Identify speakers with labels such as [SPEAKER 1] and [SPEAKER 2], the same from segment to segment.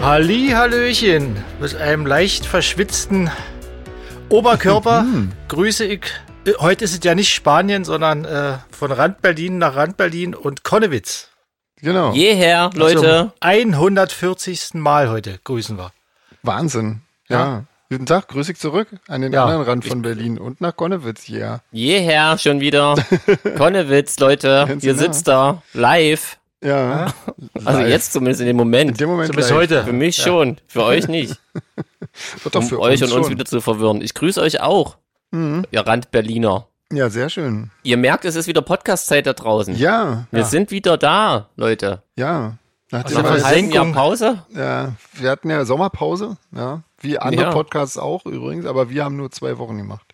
[SPEAKER 1] Halli, Hallöchen. Mit einem leicht verschwitzten Oberkörper
[SPEAKER 2] Mhm.
[SPEAKER 1] grüße ich. äh, Heute ist es ja nicht Spanien, sondern äh, von Rand Berlin nach Rand Berlin und Konnewitz.
[SPEAKER 2] Genau.
[SPEAKER 3] Jeher, Leute.
[SPEAKER 1] Zum 140. Mal heute grüßen wir.
[SPEAKER 2] Wahnsinn. Ja. Guten Tag, grüß dich zurück an den
[SPEAKER 1] Ja.
[SPEAKER 2] anderen Rand von Berlin und nach Konnewitz, ja.
[SPEAKER 3] Jeher, schon wieder. Konnewitz, Leute.
[SPEAKER 2] Ganz
[SPEAKER 3] Ihr
[SPEAKER 2] genau.
[SPEAKER 3] sitzt da. Live.
[SPEAKER 2] Ja.
[SPEAKER 3] Also
[SPEAKER 2] Live.
[SPEAKER 3] jetzt zumindest in
[SPEAKER 2] In
[SPEAKER 3] dem Moment.
[SPEAKER 2] dem Moment
[SPEAKER 1] So bis
[SPEAKER 2] live.
[SPEAKER 3] Für
[SPEAKER 1] heute.
[SPEAKER 3] mich schon. Für euch nicht.
[SPEAKER 2] Wird doch
[SPEAKER 3] Um
[SPEAKER 2] für
[SPEAKER 3] euch
[SPEAKER 2] uns
[SPEAKER 3] und uns
[SPEAKER 2] schon.
[SPEAKER 3] wieder zu verwirren. Ich grüße euch auch,
[SPEAKER 2] Mhm.
[SPEAKER 3] ihr Rand-Berliner.
[SPEAKER 2] Ja, sehr schön.
[SPEAKER 3] Ihr merkt, es ist wieder Podcast-Zeit da draußen.
[SPEAKER 2] Ja,
[SPEAKER 3] Wir
[SPEAKER 1] Ja.
[SPEAKER 3] sind wieder da, Leute.
[SPEAKER 2] ja. Nachdem
[SPEAKER 1] Ja,
[SPEAKER 3] Also Nach
[SPEAKER 1] aber
[SPEAKER 3] einem
[SPEAKER 2] wir,
[SPEAKER 1] das-
[SPEAKER 3] halben Jahr
[SPEAKER 1] Versenkung.
[SPEAKER 3] Pause.
[SPEAKER 2] ja, wir hatten ja Sommerpause, ja. Wie andere
[SPEAKER 3] Ja.
[SPEAKER 2] Podcasts auch übrigens, aber wir haben nur zwei Wochen gemacht.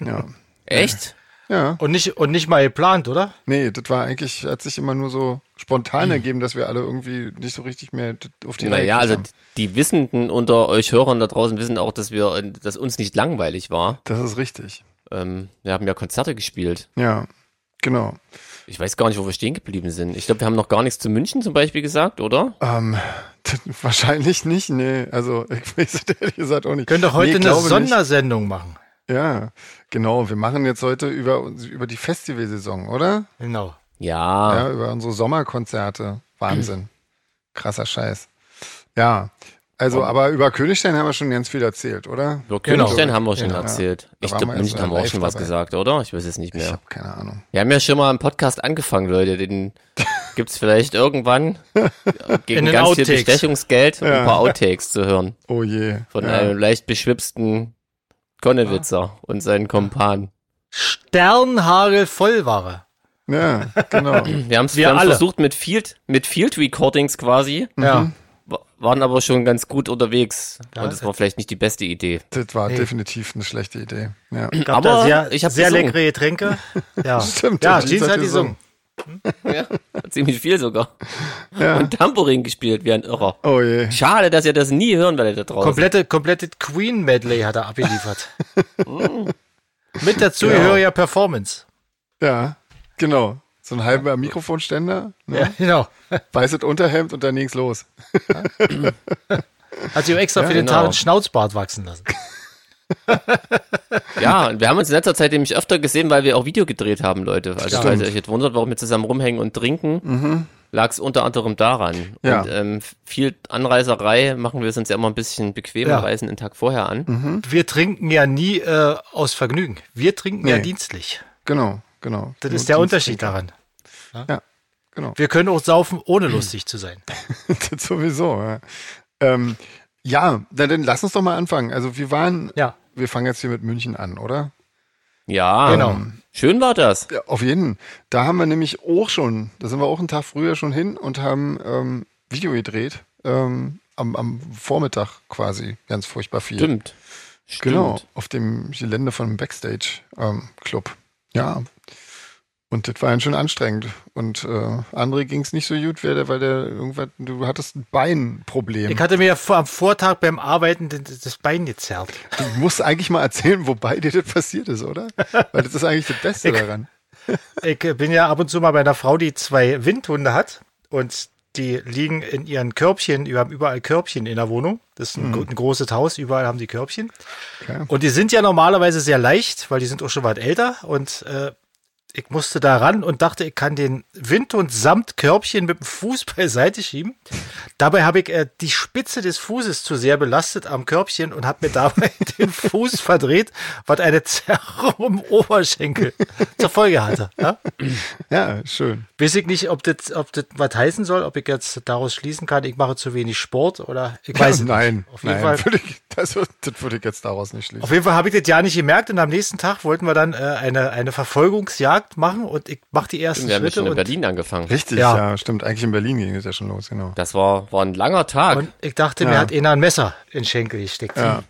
[SPEAKER 2] Ja.
[SPEAKER 3] Echt?
[SPEAKER 2] Ja.
[SPEAKER 1] Und nicht, und nicht mal geplant, oder?
[SPEAKER 2] Nee, das war eigentlich, hat sich immer nur so spontan ergeben, dass wir alle irgendwie nicht so richtig mehr d- auf die Reihe
[SPEAKER 3] Naja, also
[SPEAKER 2] gekriegt haben.
[SPEAKER 3] die Wissenden unter euch Hörern da draußen wissen auch, dass wir, äh, dass uns nicht langweilig war.
[SPEAKER 2] Das ist richtig.
[SPEAKER 3] Ähm, wir haben ja Konzerte gespielt.
[SPEAKER 2] Ja, genau.
[SPEAKER 3] Ich weiß gar nicht, wo wir stehen geblieben sind. Ich glaube, wir haben noch gar nichts zu München zum Beispiel gesagt, oder?
[SPEAKER 2] Ähm, wahrscheinlich nicht, nee. Also, ich weiß es ehrlich gesagt auch nicht.
[SPEAKER 1] Könnt ihr heute
[SPEAKER 2] nee,
[SPEAKER 1] eine
[SPEAKER 2] glaube Nicht.
[SPEAKER 1] Sondersendung machen.
[SPEAKER 2] Ja, genau. Wir machen jetzt heute über, uns- über die Festivalsaison, oder?
[SPEAKER 1] Genau.
[SPEAKER 3] Ja.
[SPEAKER 2] Ja, über unsere Sommerkonzerte. Wahnsinn. Krasser Scheiß. Ja, also, aber über Königstein haben wir schon ganz viel erzählt, oder?
[SPEAKER 3] Über Königstein
[SPEAKER 2] Genau.
[SPEAKER 3] haben wir schon
[SPEAKER 2] Ja.
[SPEAKER 3] erzählt.
[SPEAKER 2] Da
[SPEAKER 3] Ich
[SPEAKER 2] waren
[SPEAKER 3] glaube,
[SPEAKER 2] wir
[SPEAKER 3] München
[SPEAKER 2] erst
[SPEAKER 3] haben wir auch
[SPEAKER 2] live
[SPEAKER 3] schon was
[SPEAKER 2] dabei.
[SPEAKER 3] gesagt, oder? Ich weiß es nicht
[SPEAKER 2] Ich
[SPEAKER 3] mehr.
[SPEAKER 2] habe keine Ahnung.
[SPEAKER 3] Wir haben ja schon mal einen Podcast angefangen, Leute. Den gibt's vielleicht irgendwann
[SPEAKER 1] In
[SPEAKER 3] gegen
[SPEAKER 1] den
[SPEAKER 3] ganz viel
[SPEAKER 1] Outtakes.
[SPEAKER 3] Bestechungsgeld und ein paar Outtakes zu hören.
[SPEAKER 2] Oh je.
[SPEAKER 3] Von
[SPEAKER 2] ja.
[SPEAKER 3] einem leicht beschwipsten Konnewitzer und seinen Kompanen.
[SPEAKER 1] Sternhagel Vollware.
[SPEAKER 2] ja, genau.
[SPEAKER 3] Wir haben es
[SPEAKER 1] Wir alle.
[SPEAKER 3] versucht mit Field, mit Field Recordings quasi,
[SPEAKER 2] Mhm.
[SPEAKER 1] Ja.
[SPEAKER 3] wa- waren aber schon ganz gut unterwegs.
[SPEAKER 1] Ja,
[SPEAKER 3] und es war vielleicht nicht die beste Idee.
[SPEAKER 2] Das war definitiv eine schlechte Idee. Ja.
[SPEAKER 1] Gab
[SPEAKER 3] Aber
[SPEAKER 1] da sehr,
[SPEAKER 3] ich hab
[SPEAKER 1] sehr
[SPEAKER 3] gesungen.
[SPEAKER 1] leckere Getränke. Ja,
[SPEAKER 2] Stimmt,
[SPEAKER 1] ja
[SPEAKER 2] und Jeans
[SPEAKER 1] Jeans
[SPEAKER 2] hat
[SPEAKER 1] hat gesungen.
[SPEAKER 2] gesungen.
[SPEAKER 3] Ja, ziemlich viel sogar. Und Tambourin gespielt wie ein Irrer.
[SPEAKER 2] Oh je.
[SPEAKER 3] Schade, dass ihr das nie hören werdet da draußen.
[SPEAKER 1] Komplette, komplette Queen Medley hat er abgeliefert. Mit dazugehöriger Performance.
[SPEAKER 2] Ja, genau. So ein halber Mikrofonständer, ne?
[SPEAKER 1] Ja, genau.
[SPEAKER 2] weißes Unterhemd und dann ging's los.
[SPEAKER 1] Hat sich auch extra für den
[SPEAKER 3] genau.
[SPEAKER 1] Tag einen Schnauzbart wachsen lassen.
[SPEAKER 3] Ja, und wir haben uns in letzter Zeit nämlich öfter gesehen, weil wir auch Video gedreht haben, Leute. Also,
[SPEAKER 2] Stimmt.
[SPEAKER 3] falls ihr euch jetzt wundert, warum wir zusammen rumhängen und trinken, lag es unter anderem daran.
[SPEAKER 2] Ja.
[SPEAKER 3] Und ähm, viel Anreiserei machen wir es uns ja immer ein bisschen bequemer,
[SPEAKER 1] Ja.
[SPEAKER 3] reisen einen Tag vorher an.
[SPEAKER 1] Wir trinken ja nie äh, aus Vergnügen. Wir trinken ja
[SPEAKER 2] Nee.
[SPEAKER 1] dienstlich.
[SPEAKER 2] Genau, genau.
[SPEAKER 1] Das
[SPEAKER 2] Nur
[SPEAKER 1] ist der
[SPEAKER 2] Jeans-
[SPEAKER 1] Unterschied daran.
[SPEAKER 2] Ja, genau.
[SPEAKER 1] Wir können auch saufen, ohne lustig zu sein.
[SPEAKER 2] Das sowieso. Ja, ähm, ja na, dann lass uns doch mal anfangen. Also wir waren,
[SPEAKER 1] Ja.
[SPEAKER 2] wir fangen jetzt hier mit München an, oder?
[SPEAKER 3] Ja,
[SPEAKER 1] Genau.
[SPEAKER 3] schön war das.
[SPEAKER 2] Ja, auf jeden. Da haben wir nämlich auch schon, da sind wir auch einen Tag früher schon hin und haben ähm, Video gedreht. Ähm, am, am Vormittag quasi. Ganz furchtbar viel.
[SPEAKER 3] Stimmt. Stimmt.
[SPEAKER 2] Genau, auf dem Gelände von Backstage-Club. ja. Und das war dann schon anstrengend. Und äh, André ging es nicht so gut, weil der, weil der irgendwas, du hattest ein Beinproblem.
[SPEAKER 1] Ich hatte mir vor- am Vortag beim Arbeiten den- das Bein gezerrt.
[SPEAKER 2] du musst eigentlich mal erzählen, wobei dir das passiert ist, oder? Weil das ist eigentlich das Beste daran.
[SPEAKER 1] Ich äh, bin ja ab und zu mal bei einer Frau, die zwei Windhunde hat und die liegen in ihren Körbchen, wir haben überall Körbchen in der Wohnung. Das ist ein, gro- ein großes Haus, überall haben die Körbchen.
[SPEAKER 2] Okay.
[SPEAKER 1] Und die sind ja normalerweise sehr leicht, weil die sind auch schon weit älter und äh, ich musste da ran und dachte, ich kann den Windhund samt Körbchen mit dem Fuß beiseite schieben. Dabei habe ich äh, die Spitze des Fußes zu sehr belastet am Körbchen und habe mir dabei den Fuß verdreht, was eine Zerrung im Oberschenkel zur Folge hatte. Ja?
[SPEAKER 2] Ja, schön.
[SPEAKER 1] Weiß ich nicht, ob das, ob das was heißen soll, ob ich jetzt daraus schließen kann, ich mache zu wenig Sport oder ich weiß es nicht.
[SPEAKER 2] nein,
[SPEAKER 1] Auf jeden
[SPEAKER 2] nein,
[SPEAKER 1] Fall.
[SPEAKER 2] Würde ich, das, wür- das würde ich jetzt daraus nicht schließen.
[SPEAKER 1] Auf jeden Fall habe ich das ja nicht gemerkt und am nächsten Tag wollten wir dann äh, eine, eine Verfolgungsjagd machen und ich mache die ersten
[SPEAKER 3] Wir haben ja
[SPEAKER 1] Schritte
[SPEAKER 3] schon in
[SPEAKER 1] und,
[SPEAKER 3] Berlin angefangen.
[SPEAKER 2] Richtig,
[SPEAKER 1] Ja.
[SPEAKER 2] ja. stimmt. Eigentlich in Berlin ging es ja schon los, genau.
[SPEAKER 3] Das war, war ein langer Tag.
[SPEAKER 1] und ich dachte, mir
[SPEAKER 2] Ja.
[SPEAKER 1] hat einer ein Messer in den Schenkel gesteckt.
[SPEAKER 2] Ja.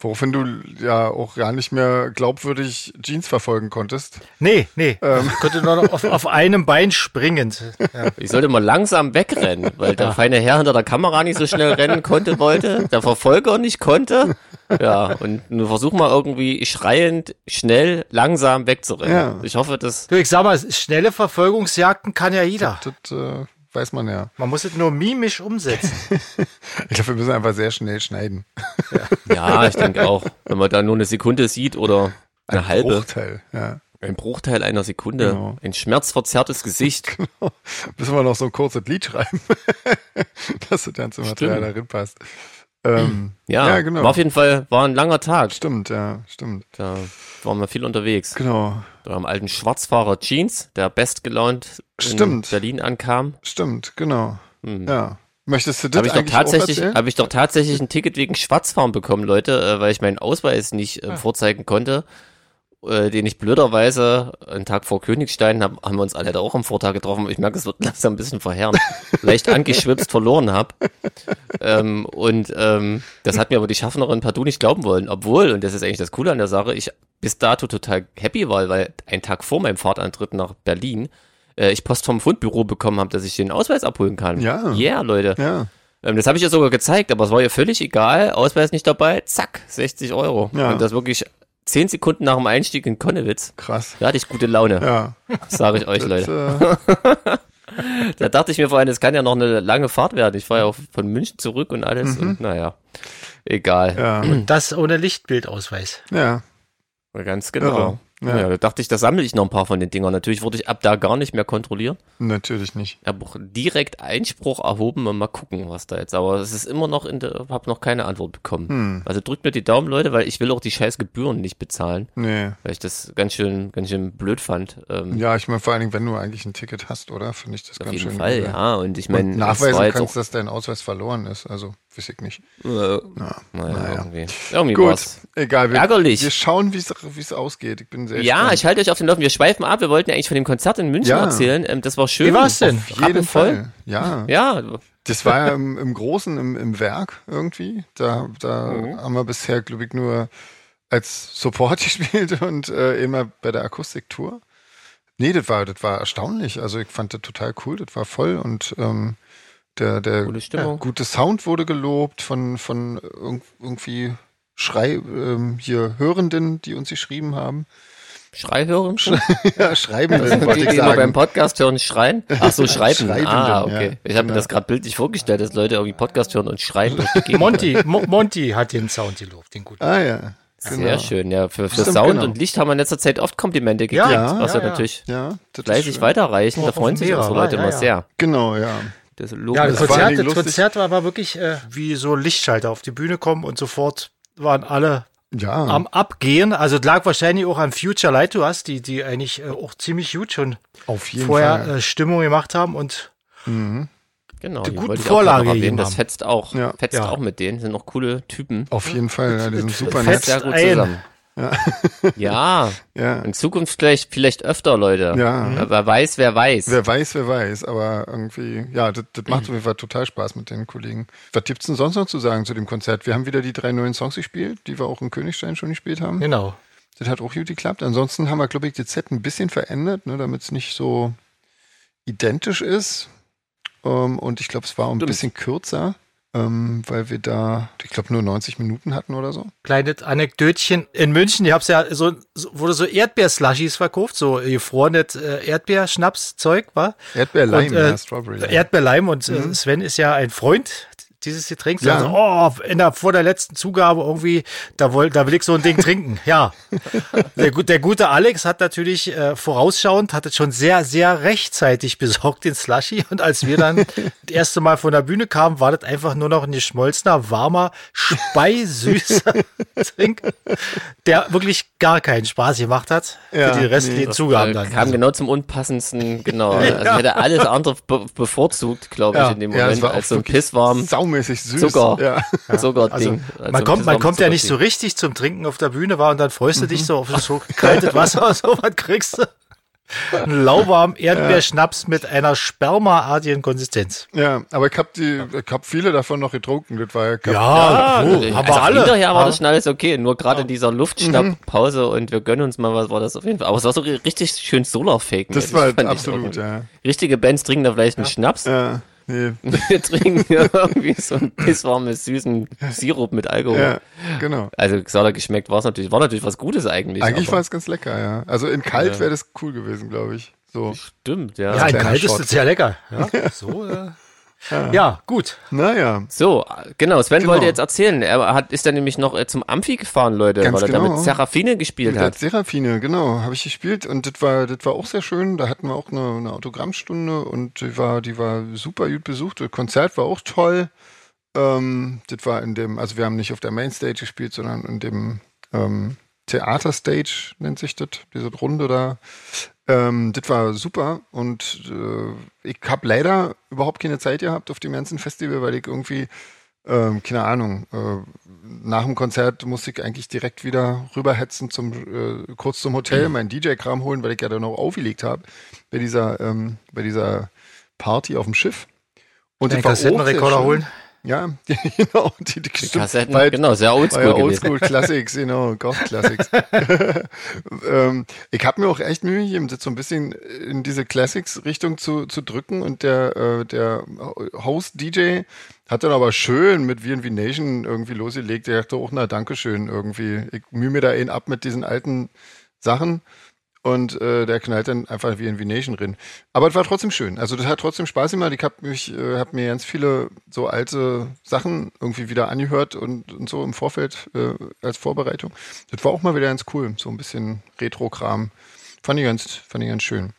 [SPEAKER 2] Woraufhin du ja auch gar nicht mehr glaubwürdig Jeans verfolgen konntest.
[SPEAKER 1] Nee, nee,
[SPEAKER 2] Ähm.
[SPEAKER 1] ich konnte nur noch auf, auf einem Bein springend. Ja.
[SPEAKER 3] Ich sollte mal langsam wegrennen, weil der feine Herr hinter der Kamera nicht so schnell rennen konnte, wollte, der Verfolger nicht konnte. Ja, und nun versuch mal irgendwie schreiend, schnell, langsam wegzurennen.
[SPEAKER 2] Ja.
[SPEAKER 3] Ich hoffe, dass
[SPEAKER 1] Du, ich sag mal, schnelle Verfolgungsjagden kann ja jeder.
[SPEAKER 2] Das äh, weiß man ja.
[SPEAKER 1] Man muss es nur mimisch umsetzen.
[SPEAKER 2] Ich glaube, wir müssen einfach sehr schnell schneiden.
[SPEAKER 3] Ja, ich denke auch. Wenn man da nur eine Sekunde sieht oder eine halbe,
[SPEAKER 2] Bruchteil, ja.
[SPEAKER 3] ein Bruchteil einer Sekunde,
[SPEAKER 2] Genau.
[SPEAKER 3] ein schmerzverzerrtes Gesicht.
[SPEAKER 2] Müssen wir noch so ein kurzes Lied schreiben, dass das ganze Material
[SPEAKER 3] Stimmt.
[SPEAKER 2] darin passt. Ähm,
[SPEAKER 3] Ja,
[SPEAKER 2] Ja, genau.
[SPEAKER 3] war auf jeden Fall war ein langer Tag.
[SPEAKER 2] stimmt, ja, stimmt.
[SPEAKER 3] Da waren wir viel unterwegs.
[SPEAKER 2] Genau,
[SPEAKER 3] Da am alten Schwarzfahrer Jeans, der bestgelaunt in
[SPEAKER 2] Stimmt.
[SPEAKER 3] Berlin ankam.
[SPEAKER 2] stimmt, genau.
[SPEAKER 3] Hm.
[SPEAKER 2] Ja. Möchtest du das
[SPEAKER 3] Habe ich, doch
[SPEAKER 2] eigentlich
[SPEAKER 3] tatsächlich,
[SPEAKER 2] auch erzählen?
[SPEAKER 3] hab ich doch tatsächlich ein Ticket wegen Schwarzfahren bekommen, Leute, äh, weil ich meinen Ausweis nicht äh,
[SPEAKER 2] Ah.
[SPEAKER 3] vorzeigen konnte, äh, den ich blöderweise einen Tag vor Königstein hab, haben wir uns alle da auch am Vortag getroffen. Ich merke, es wird langsam ein bisschen verheerend. Leicht angeschwipst verloren habe. Ähm, und ähm, das hat mir aber die Schaffnerin partout nicht glauben wollen, obwohl, und das ist eigentlich das Coole an der Sache, ich bis dato total happy war, weil ein Tag vor meinem Fahrtantritt nach Berlin äh, ich Post vom Fundbüro bekommen habe, dass ich den Ausweis abholen kann.
[SPEAKER 2] Ja.
[SPEAKER 3] Yeah, Leute.
[SPEAKER 2] Ja,
[SPEAKER 3] Ähm, das habe ich ja sogar gezeigt, aber es war ihr völlig egal. Ausweis nicht dabei, zack, 60 Euro.
[SPEAKER 2] Ja.
[SPEAKER 3] Und das wirklich 10 Sekunden nach dem Einstieg in Konnewitz.
[SPEAKER 2] krass.
[SPEAKER 3] Da hatte ich gute Laune,
[SPEAKER 2] Ja,
[SPEAKER 3] sage ich euch,
[SPEAKER 2] das,
[SPEAKER 3] Leute.
[SPEAKER 2] äh,
[SPEAKER 3] Da dachte ich mir vor allem, das kann ja noch eine lange Fahrt werden. Ich war ja auch von München zurück und alles.
[SPEAKER 2] Mhm.
[SPEAKER 3] Und naja, egal.
[SPEAKER 2] äh, ja,
[SPEAKER 1] Das ohne Lichtbildausweis.
[SPEAKER 2] ja,
[SPEAKER 3] Ganz genau.
[SPEAKER 2] Ja.
[SPEAKER 3] Ja. da dachte ich, da sammle ich noch ein paar von den Dingern. Natürlich wurde ich ab da gar nicht mehr kontrolliert.
[SPEAKER 2] natürlich nicht.
[SPEAKER 3] Ich habe auch direkt Einspruch erhoben und mal gucken, was da jetzt. Aber es ist immer noch in der, habe noch keine Antwort bekommen.
[SPEAKER 2] Hm,
[SPEAKER 3] Also drückt mir die Daumen, Leute, weil ich will auch die scheiß Gebühren nicht bezahlen,
[SPEAKER 2] nee.
[SPEAKER 3] weil ich das ganz schön, ganz schön blöd fand. Ähm,
[SPEAKER 2] Ja, ich meine, vor allen Dingen, wenn du eigentlich ein Ticket hast, oder? Finde ich das
[SPEAKER 3] auf
[SPEAKER 2] ganz
[SPEAKER 3] jeden
[SPEAKER 2] schön.
[SPEAKER 3] Fall,
[SPEAKER 2] übel.
[SPEAKER 3] ja. Und ich meine,
[SPEAKER 2] Und
[SPEAKER 3] das war
[SPEAKER 2] nachweisen
[SPEAKER 3] jetzt
[SPEAKER 2] kannst,
[SPEAKER 3] auch,
[SPEAKER 2] dass dein Ausweis verloren ist. Also, weiß ich nicht.
[SPEAKER 3] äh, naja,
[SPEAKER 2] naja.
[SPEAKER 3] irgendwie, irgendwie
[SPEAKER 2] Gut,
[SPEAKER 3] war's.
[SPEAKER 2] egal. Wir,
[SPEAKER 3] Ärgerlich.
[SPEAKER 2] Wir schauen, wie es ausgeht. Ich bin sehr
[SPEAKER 3] Ja, ich
[SPEAKER 2] gespannt.
[SPEAKER 3] halte euch auf den Laufen. Wir schweifen ab. Wir wollten ja eigentlich von dem Konzert in München
[SPEAKER 2] Ja.
[SPEAKER 3] erzählen. Ähm, das war schön.
[SPEAKER 1] Wie war's denn?
[SPEAKER 2] Auf jeden
[SPEAKER 3] rappelvoll.
[SPEAKER 2] Fall. Ja.
[SPEAKER 3] Ja,
[SPEAKER 2] Das war ja im, im Großen, im, im Werk irgendwie. Da, da
[SPEAKER 3] Mhm.
[SPEAKER 2] haben wir bisher, glaube ich, nur als Support gespielt und äh, immer bei der Akustiktour. Nee, das war, das war erstaunlich. Also ich fand das total cool, das war voll und ähm, der, der
[SPEAKER 3] Coole Stimmung.
[SPEAKER 2] ja, gute Sound wurde gelobt von, von irg- irgendwie Schrei, ähm, hier Hörenden, die uns geschrieben haben.
[SPEAKER 3] Schrei hören.
[SPEAKER 2] ja, Schreibenden, wollte
[SPEAKER 3] die,
[SPEAKER 2] ich
[SPEAKER 3] die immer beim
[SPEAKER 2] sagen.
[SPEAKER 3] Podcast hören, schreien. Ach so, schreiben.
[SPEAKER 2] Schreibenden,
[SPEAKER 3] ah, okay.
[SPEAKER 2] ja.
[SPEAKER 3] Ich habe mir
[SPEAKER 2] Genau.
[SPEAKER 3] das gerade bildlich vorgestellt, dass Leute irgendwie Podcast hören und schreien. durch die Gegend.
[SPEAKER 1] Monty, Mo Monty hat den Sound gelobt, den guten.
[SPEAKER 2] Ah ja,
[SPEAKER 3] Sehr schön, ja. Für, für
[SPEAKER 2] Stimmt,
[SPEAKER 3] Sound
[SPEAKER 2] genau.
[SPEAKER 3] und Licht haben wir in letzter Zeit oft Komplimente gekriegt,
[SPEAKER 1] Ja,
[SPEAKER 3] was
[SPEAKER 1] ja,
[SPEAKER 3] wir
[SPEAKER 1] ja.
[SPEAKER 3] natürlich
[SPEAKER 2] Ja, das ist
[SPEAKER 3] fleißig
[SPEAKER 2] schön.
[SPEAKER 3] weiterreichen. Da
[SPEAKER 1] Auf- auf
[SPEAKER 3] freuen sich
[SPEAKER 1] dem
[SPEAKER 3] unsere
[SPEAKER 1] Meer,
[SPEAKER 3] Leute
[SPEAKER 1] ja,
[SPEAKER 3] immer
[SPEAKER 1] ja.
[SPEAKER 3] sehr.
[SPEAKER 2] Genau, ja.
[SPEAKER 3] Das loben
[SPEAKER 1] Ja,
[SPEAKER 3] wir
[SPEAKER 1] das
[SPEAKER 2] war
[SPEAKER 1] Konzert,
[SPEAKER 2] nicht
[SPEAKER 1] das
[SPEAKER 2] lustig.
[SPEAKER 1] Konzert war, war wirklich äh, wie so Lichtschalter auf die Bühne kommen und sofort waren alle
[SPEAKER 2] Ja.
[SPEAKER 1] am Abgehen. Also das lag wahrscheinlich auch an Future Light, du hast, die, die eigentlich äh, auch ziemlich gut schon
[SPEAKER 2] Auf jeden
[SPEAKER 1] vorher
[SPEAKER 2] Fall.
[SPEAKER 1] äh, Stimmung gemacht haben und
[SPEAKER 3] Genau,
[SPEAKER 1] gute
[SPEAKER 3] wollte ich auch
[SPEAKER 1] Vorlage
[SPEAKER 3] noch erwähnen.
[SPEAKER 1] gegeben
[SPEAKER 3] Das
[SPEAKER 1] haben.
[SPEAKER 3] fetzt auch.
[SPEAKER 2] Ja.
[SPEAKER 3] Fetzt
[SPEAKER 1] Ja.
[SPEAKER 3] auch mit denen. Sind noch coole Typen.
[SPEAKER 2] Auf jeden Fall, ja, die sind super
[SPEAKER 3] Das
[SPEAKER 2] nett.
[SPEAKER 3] fetzt
[SPEAKER 1] Fetzt
[SPEAKER 3] sehr gut
[SPEAKER 1] ein.
[SPEAKER 3] zusammen. Ja.
[SPEAKER 2] Ja.
[SPEAKER 3] in Zukunft vielleicht, vielleicht öfter, Leute.
[SPEAKER 2] Ja.
[SPEAKER 3] Wer- Wer weiß, wer weiß.
[SPEAKER 2] Wer weiß, wer weiß, aber irgendwie, ja, das, das macht auf jeden Fall total Spaß mit den Kollegen. Was gibt's denn sonst noch zu sagen zu dem Konzert? Wir haben wieder die drei neuen Songs gespielt, die wir auch in Königstein schon gespielt haben.
[SPEAKER 1] genau.
[SPEAKER 2] Das hat auch gut geklappt. Ansonsten haben wir, glaube ich, die Set ein bisschen verändert, ne, damit es nicht so identisch ist. Ähm, und ich glaube, es war auch ein
[SPEAKER 3] Stimmt.
[SPEAKER 2] bisschen kürzer, ähm, weil wir da, ich glaube, nur 90 Minuten hatten oder so.
[SPEAKER 1] Kleines Anekdötchen. In München, ich hab's ja so, so wurde so Erdbeerslushies verkauft, so gefrorenes äh, Erdbeerschnapszeug, war.
[SPEAKER 2] Erdbeer,
[SPEAKER 1] Und,
[SPEAKER 2] Lime,
[SPEAKER 1] äh,
[SPEAKER 2] ja, Strawberry. Lime.
[SPEAKER 1] Erdbeerleim und äh, Sven ist ja ein Freund dieses Getränks.
[SPEAKER 2] Mhm. Ja.
[SPEAKER 1] Also, oh, in der, vor der letzten Zugabe irgendwie, da, woll, da will ich so ein Ding trinken. Ja. Der, gut- der gute Alex hat natürlich äh, vorausschauend, hat es schon sehr, sehr rechtzeitig besorgt, den Slushy. Und als wir dann das erste Mal von der Bühne kamen, war das einfach nur noch ein geschmolzener, warmer, speisüßer Trink, der wirklich gar keinen Spaß gemacht hat
[SPEAKER 2] Ja,
[SPEAKER 1] für die restlichen Zugaben
[SPEAKER 3] Äh,
[SPEAKER 1] dann.
[SPEAKER 2] also.
[SPEAKER 3] Kam genau zum unpassendsten, genau. Also ich hätte alles andere be bevorzugt, glaube ich,
[SPEAKER 1] Ja.
[SPEAKER 3] in dem
[SPEAKER 2] Ja, es
[SPEAKER 3] Moment,
[SPEAKER 2] war
[SPEAKER 3] als
[SPEAKER 2] auch
[SPEAKER 3] so ein
[SPEAKER 2] wirklich
[SPEAKER 3] pisswarm
[SPEAKER 2] saumäßig süß.
[SPEAKER 3] Zucker.
[SPEAKER 2] Ja.
[SPEAKER 1] Also,
[SPEAKER 3] Zuckerding. Also
[SPEAKER 1] man kommt, man
[SPEAKER 3] pisswarm
[SPEAKER 1] kommt ja nicht so
[SPEAKER 3] Zuckerding.
[SPEAKER 1] richtig zum Trinken auf der Bühne war und dann freust du dich so auf so kaltes Wasser und so, was kriegst du? Einen lauwarmen Erdbeerschnaps mit einer spermaartigen Konsistenz.
[SPEAKER 2] Ja, aber ich hab die, ich hab viele davon noch getrunken. Das war ja, ich hab-
[SPEAKER 1] Ja,
[SPEAKER 3] Also, also Hinterher war das schon alles okay, nur gerade in dieser
[SPEAKER 2] Mhm.
[SPEAKER 3] Luftschnapppause und wir gönnen uns mal was, war das auf jeden Fall. Aber es war so ri- richtig schön Solarfaken.
[SPEAKER 2] das war
[SPEAKER 3] fand ich
[SPEAKER 2] absolut,
[SPEAKER 3] irgendwie-
[SPEAKER 2] ja.
[SPEAKER 3] Richtige Bands trinken da vielleicht einen Schnaps.
[SPEAKER 2] Ja, nee,
[SPEAKER 3] Wir trinken hier irgendwie so ein pisswarmes, süßen Sirup mit Alkohol.
[SPEAKER 2] ja, genau.
[SPEAKER 3] Also, Xader geschmeckt war es natürlich, war natürlich was Gutes eigentlich.
[SPEAKER 2] Eigentlich
[SPEAKER 3] aber-
[SPEAKER 2] war es ganz lecker, ja. Also in kalt
[SPEAKER 3] Ja.
[SPEAKER 2] wäre das cool gewesen, glaube ich. So.
[SPEAKER 3] Stimmt, ja.
[SPEAKER 1] Ja, ein
[SPEAKER 2] kleiner
[SPEAKER 1] kaltes
[SPEAKER 2] Short.
[SPEAKER 1] ist sehr lecker. Ja, so, äh, ja gut.
[SPEAKER 2] Naja.
[SPEAKER 3] So, genau, Sven
[SPEAKER 2] Genau.
[SPEAKER 3] wollte jetzt erzählen. Er hat, ist dann nämlich noch äh, zum Amphi gefahren, Leute,
[SPEAKER 2] Ganz
[SPEAKER 3] weil er
[SPEAKER 2] genau.
[SPEAKER 3] damit Serafine gespielt
[SPEAKER 2] Mit der
[SPEAKER 3] hat.
[SPEAKER 2] Serafine, genau, habe ich gespielt und das war, das war auch sehr schön. Da hatten wir auch eine, eine Autogrammstunde und die war, die war super gut besucht. Das Konzert war auch toll. Ähm, das war in dem, also wir haben nicht auf der Mainstage gespielt, sondern in dem ähm, Theaterstage nennt sich das, diese Runde da. Ähm, das war super und äh, ich habe leider überhaupt keine Zeit gehabt auf dem ganzen Festival, weil ich irgendwie, ähm, keine Ahnung, äh, nach dem Konzert musste ich eigentlich direkt wieder rüberhetzen zum äh, kurz zum Hotel, meinen DJ-Kram holen, weil ich ja dann noch aufgelegt habe bei dieser ähm, bei dieser Party auf dem Schiff. Und
[SPEAKER 1] Den
[SPEAKER 2] das war auch sehr
[SPEAKER 1] Kassettenrekorder
[SPEAKER 2] schön.
[SPEAKER 1] holen.
[SPEAKER 2] Ja, genau. Die, die,
[SPEAKER 3] Die
[SPEAKER 2] stimmt,
[SPEAKER 3] Kassetten,
[SPEAKER 2] weil-
[SPEAKER 3] genau, sehr oldschool
[SPEAKER 2] euer
[SPEAKER 3] gewesen.
[SPEAKER 2] Oldschool Classics, genau, Goth Classics. ähm, ich habe mir auch echt Mühe gegeben, das so ein bisschen in diese Classics-Richtung zu, zu drücken und der, äh, der Host-DJ hat dann aber schön mit V&V Nation irgendwie losgelegt. Er dachte auch, oh, na, Dankeschön irgendwie. Ich mühe mir da einen ab mit diesen alten Sachen. Und äh, der knallt dann einfach wie in Venation drin. Aber es war trotzdem schön. Also das hat trotzdem Spaß gemacht. Ich habe mich, äh, hab mir ganz viele so alte Sachen irgendwie wieder angehört und, und so im Vorfeld äh, als Vorbereitung. Das war auch mal wieder ganz cool. So ein bisschen Retro-Kram. Fand ich ganz, fand ich ganz schön.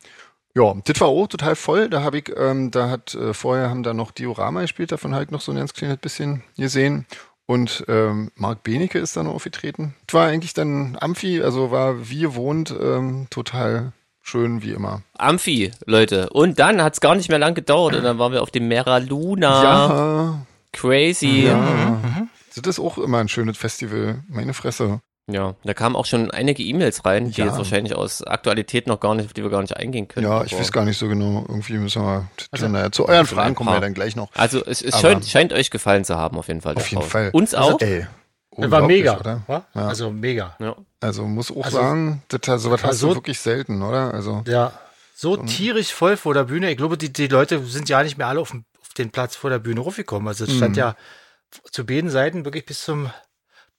[SPEAKER 2] Ja, das war auch total voll. Da habe ich, ähm, da hat äh, vorher haben da noch Diorama gespielt, davon halt noch so ein ganz kleines bisschen gesehen. Und ähm, Marc Benecke ist dann aufgetreten. Das war eigentlich dann Amphi, also war wie gewohnt ähm, total schön wie immer.
[SPEAKER 3] Amphi, Leute. Und dann hat's gar nicht mehr lang gedauert und dann waren wir auf dem Mera Luna.
[SPEAKER 2] Ja,
[SPEAKER 3] Crazy.
[SPEAKER 2] ja.
[SPEAKER 3] Ja.
[SPEAKER 2] Das ist auch immer ein schönes Festival. Meine Fresse.
[SPEAKER 3] da kamen auch schon einige E-Mails rein, die
[SPEAKER 2] Ja.
[SPEAKER 3] jetzt wahrscheinlich aus Aktualität noch gar nicht, auf die wir gar nicht eingehen können.
[SPEAKER 2] Ja, ich
[SPEAKER 3] Aber-
[SPEAKER 2] weiß gar nicht so genau. Irgendwie müssen wir. Also, naja, zu euren Fragen kommen wir
[SPEAKER 3] paar.
[SPEAKER 2] dann gleich noch.
[SPEAKER 3] Also es, es
[SPEAKER 2] Aber-
[SPEAKER 3] scheint, scheint euch gefallen zu haben, auf jeden Fall.
[SPEAKER 2] Auf jeden
[SPEAKER 3] Frau.
[SPEAKER 2] Fall.
[SPEAKER 3] Uns
[SPEAKER 2] Also,
[SPEAKER 3] auch.
[SPEAKER 2] Ey,
[SPEAKER 1] Das war
[SPEAKER 2] unglaublich,
[SPEAKER 1] mega.
[SPEAKER 2] oder?
[SPEAKER 1] wa?
[SPEAKER 2] Ja.
[SPEAKER 1] Also mega.
[SPEAKER 3] ja.
[SPEAKER 2] Also muss auch
[SPEAKER 1] Also-
[SPEAKER 2] sagen, das, sowas hast
[SPEAKER 1] Also-
[SPEAKER 2] du wirklich selten, oder? Also
[SPEAKER 1] Ja. So tierisch voll vor der Bühne. Ich glaube, die, die Leute sind ja nicht mehr alle auf, dem, auf den Platz vor der Bühne raufgekommen. Also es stand ja zu beiden Seiten wirklich bis zum,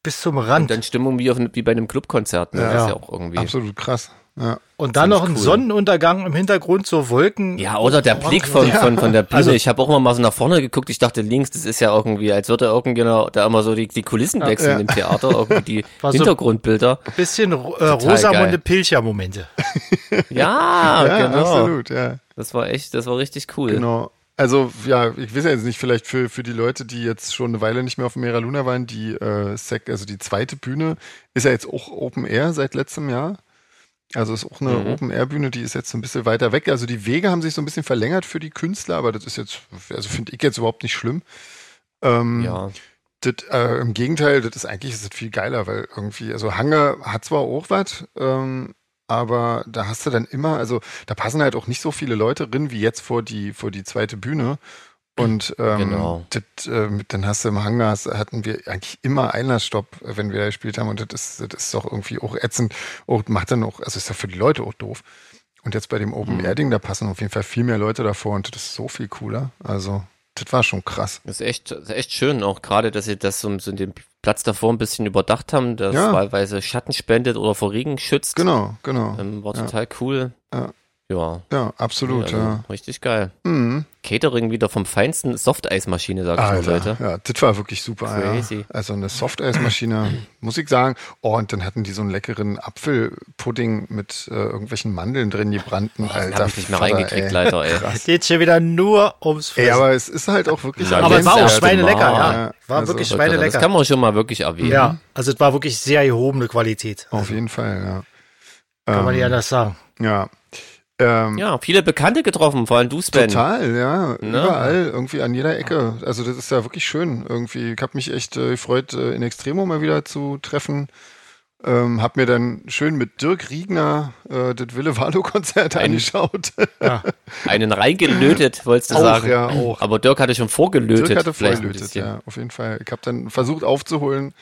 [SPEAKER 1] bis zum Rand.
[SPEAKER 3] Und dann Stimmung wie, auf, wie bei einem Clubkonzert. Ne?
[SPEAKER 2] Ja.
[SPEAKER 3] Das ist ja auch irgendwie.
[SPEAKER 2] absolut krass. Ja.
[SPEAKER 1] Und dann noch ein
[SPEAKER 3] Ziemlich cool.
[SPEAKER 1] Sonnenuntergang im Hintergrund, so Wolken.
[SPEAKER 3] Ja, oder der Blick von, von, von der Bühne.
[SPEAKER 1] Also-
[SPEAKER 3] ich habe auch immer mal so nach vorne geguckt. Ich dachte links, das ist ja irgendwie, als würde irgendwie noch- da immer so die, die Kulissen wechseln
[SPEAKER 2] ja.
[SPEAKER 3] im Theater, irgendwie die
[SPEAKER 1] War so-
[SPEAKER 3] Hintergrundbilder.
[SPEAKER 1] Ein bisschen äh,
[SPEAKER 3] Total
[SPEAKER 1] Rosamunde
[SPEAKER 3] geil.
[SPEAKER 1] Pilcher-Momente.
[SPEAKER 3] Ja,
[SPEAKER 2] ja,
[SPEAKER 3] genau.
[SPEAKER 2] absolut, ja.
[SPEAKER 3] Das war echt, das war richtig cool.
[SPEAKER 2] Genau. Also, ja, ich weiß ja jetzt nicht, vielleicht für, für die Leute, die jetzt schon eine Weile nicht mehr auf dem Mera Luna waren, die äh, Sec, also die zweite Bühne ist ja jetzt auch Open Air seit letztem Jahr. Also ist auch eine Open Air Bühne, die ist jetzt so ein bisschen weiter weg. Also die Wege haben sich so ein bisschen verlängert für die Künstler, aber das ist jetzt, also finde ich jetzt überhaupt nicht schlimm. Ähm,
[SPEAKER 3] Ja.
[SPEAKER 2] Das, äh, Im Gegenteil, das ist eigentlich ist das viel geiler, weil irgendwie, also Hangar hat zwar auch was, ähm, aber da hast du dann immer, also da passen halt auch nicht so viele Leute drin wie jetzt vor die, vor die zweite Bühne. Und ähm,
[SPEAKER 3] Genau.
[SPEAKER 2] das, äh, mit- dann hast du im Hangar hast- hatten wir eigentlich immer Einlassstopp, äh, wenn wir da gespielt haben. Und das ist, das ist doch irgendwie auch ätzend. Und macht dann auch, also ist ja für die Leute auch doof. Und jetzt bei dem Open Air Ding, da passen auf jeden Fall viel mehr Leute davor und das ist so viel cooler. Also, das war schon krass.
[SPEAKER 3] Das ist echt, das ist echt schön, auch gerade, dass sie das so, so den Platz davor ein bisschen überdacht haben, dass
[SPEAKER 2] Ja.
[SPEAKER 3] wahlweise Schatten spendet oder vor Regen schützt.
[SPEAKER 2] Genau, genau.
[SPEAKER 3] Ähm, war
[SPEAKER 2] Ja.
[SPEAKER 3] total cool.
[SPEAKER 2] Ja.
[SPEAKER 3] Ja.
[SPEAKER 2] Ja, absolut,
[SPEAKER 3] Also,
[SPEAKER 2] ja.
[SPEAKER 3] Richtig geil.
[SPEAKER 2] Mhm.
[SPEAKER 3] Catering wieder vom feinsten Softeismaschine, sag ich mal,
[SPEAKER 2] Alter,
[SPEAKER 3] Leute.
[SPEAKER 2] ja, das war wirklich super. Ja.
[SPEAKER 3] Crazy.
[SPEAKER 2] Also eine Softeismaschine, muss ich sagen. Oh, und dann hatten die so einen leckeren Apfelpudding mit äh, irgendwelchen Mandeln drin, die brannten. Alter,
[SPEAKER 3] Oh, Hab ich nicht mehr
[SPEAKER 2] Vater,
[SPEAKER 3] reingekriegt,
[SPEAKER 2] ey.
[SPEAKER 3] leider, ey.
[SPEAKER 1] Es geht hier wieder nur ums Fressen.
[SPEAKER 2] Ey, aber es ist halt auch wirklich.
[SPEAKER 3] Ja,
[SPEAKER 1] aber es war auch
[SPEAKER 3] Gänsehaut im
[SPEAKER 1] schweinelecker, ja.
[SPEAKER 2] Magen.
[SPEAKER 1] War
[SPEAKER 2] Also-
[SPEAKER 1] wirklich
[SPEAKER 3] Das
[SPEAKER 1] schweinelecker.
[SPEAKER 3] kann man schon mal wirklich erwähnen.
[SPEAKER 1] Ja, also es war wirklich sehr gehobene Qualität.
[SPEAKER 2] Auf jeden Fall, ja.
[SPEAKER 1] Kann man
[SPEAKER 2] Ähm,
[SPEAKER 1] nicht anders sagen.
[SPEAKER 2] ja. Ähm,
[SPEAKER 3] Ja, viele Bekannte getroffen, vor allem du, Sven.
[SPEAKER 2] Total, ja.
[SPEAKER 3] Ne?
[SPEAKER 2] Überall, irgendwie an jeder Ecke. Also das ist ja wirklich schön. Irgendwie, ich habe mich echt äh, gefreut, äh, in Extremo mal wieder zu treffen. Ähm, hab mir dann schön mit Dirk Riegner äh, das Wille Walo-Konzert angeschaut.
[SPEAKER 3] Einen reingelötet, wolltest du
[SPEAKER 2] Auch,
[SPEAKER 3] sagen.
[SPEAKER 2] ja, auch.
[SPEAKER 3] Aber Dirk hatte schon vorgelötet.
[SPEAKER 2] Dirk hatte
[SPEAKER 3] vielleicht ein
[SPEAKER 2] vorgelötet,
[SPEAKER 3] bisschen.
[SPEAKER 2] ja, auf jeden Fall. Ich habe dann versucht aufzuholen.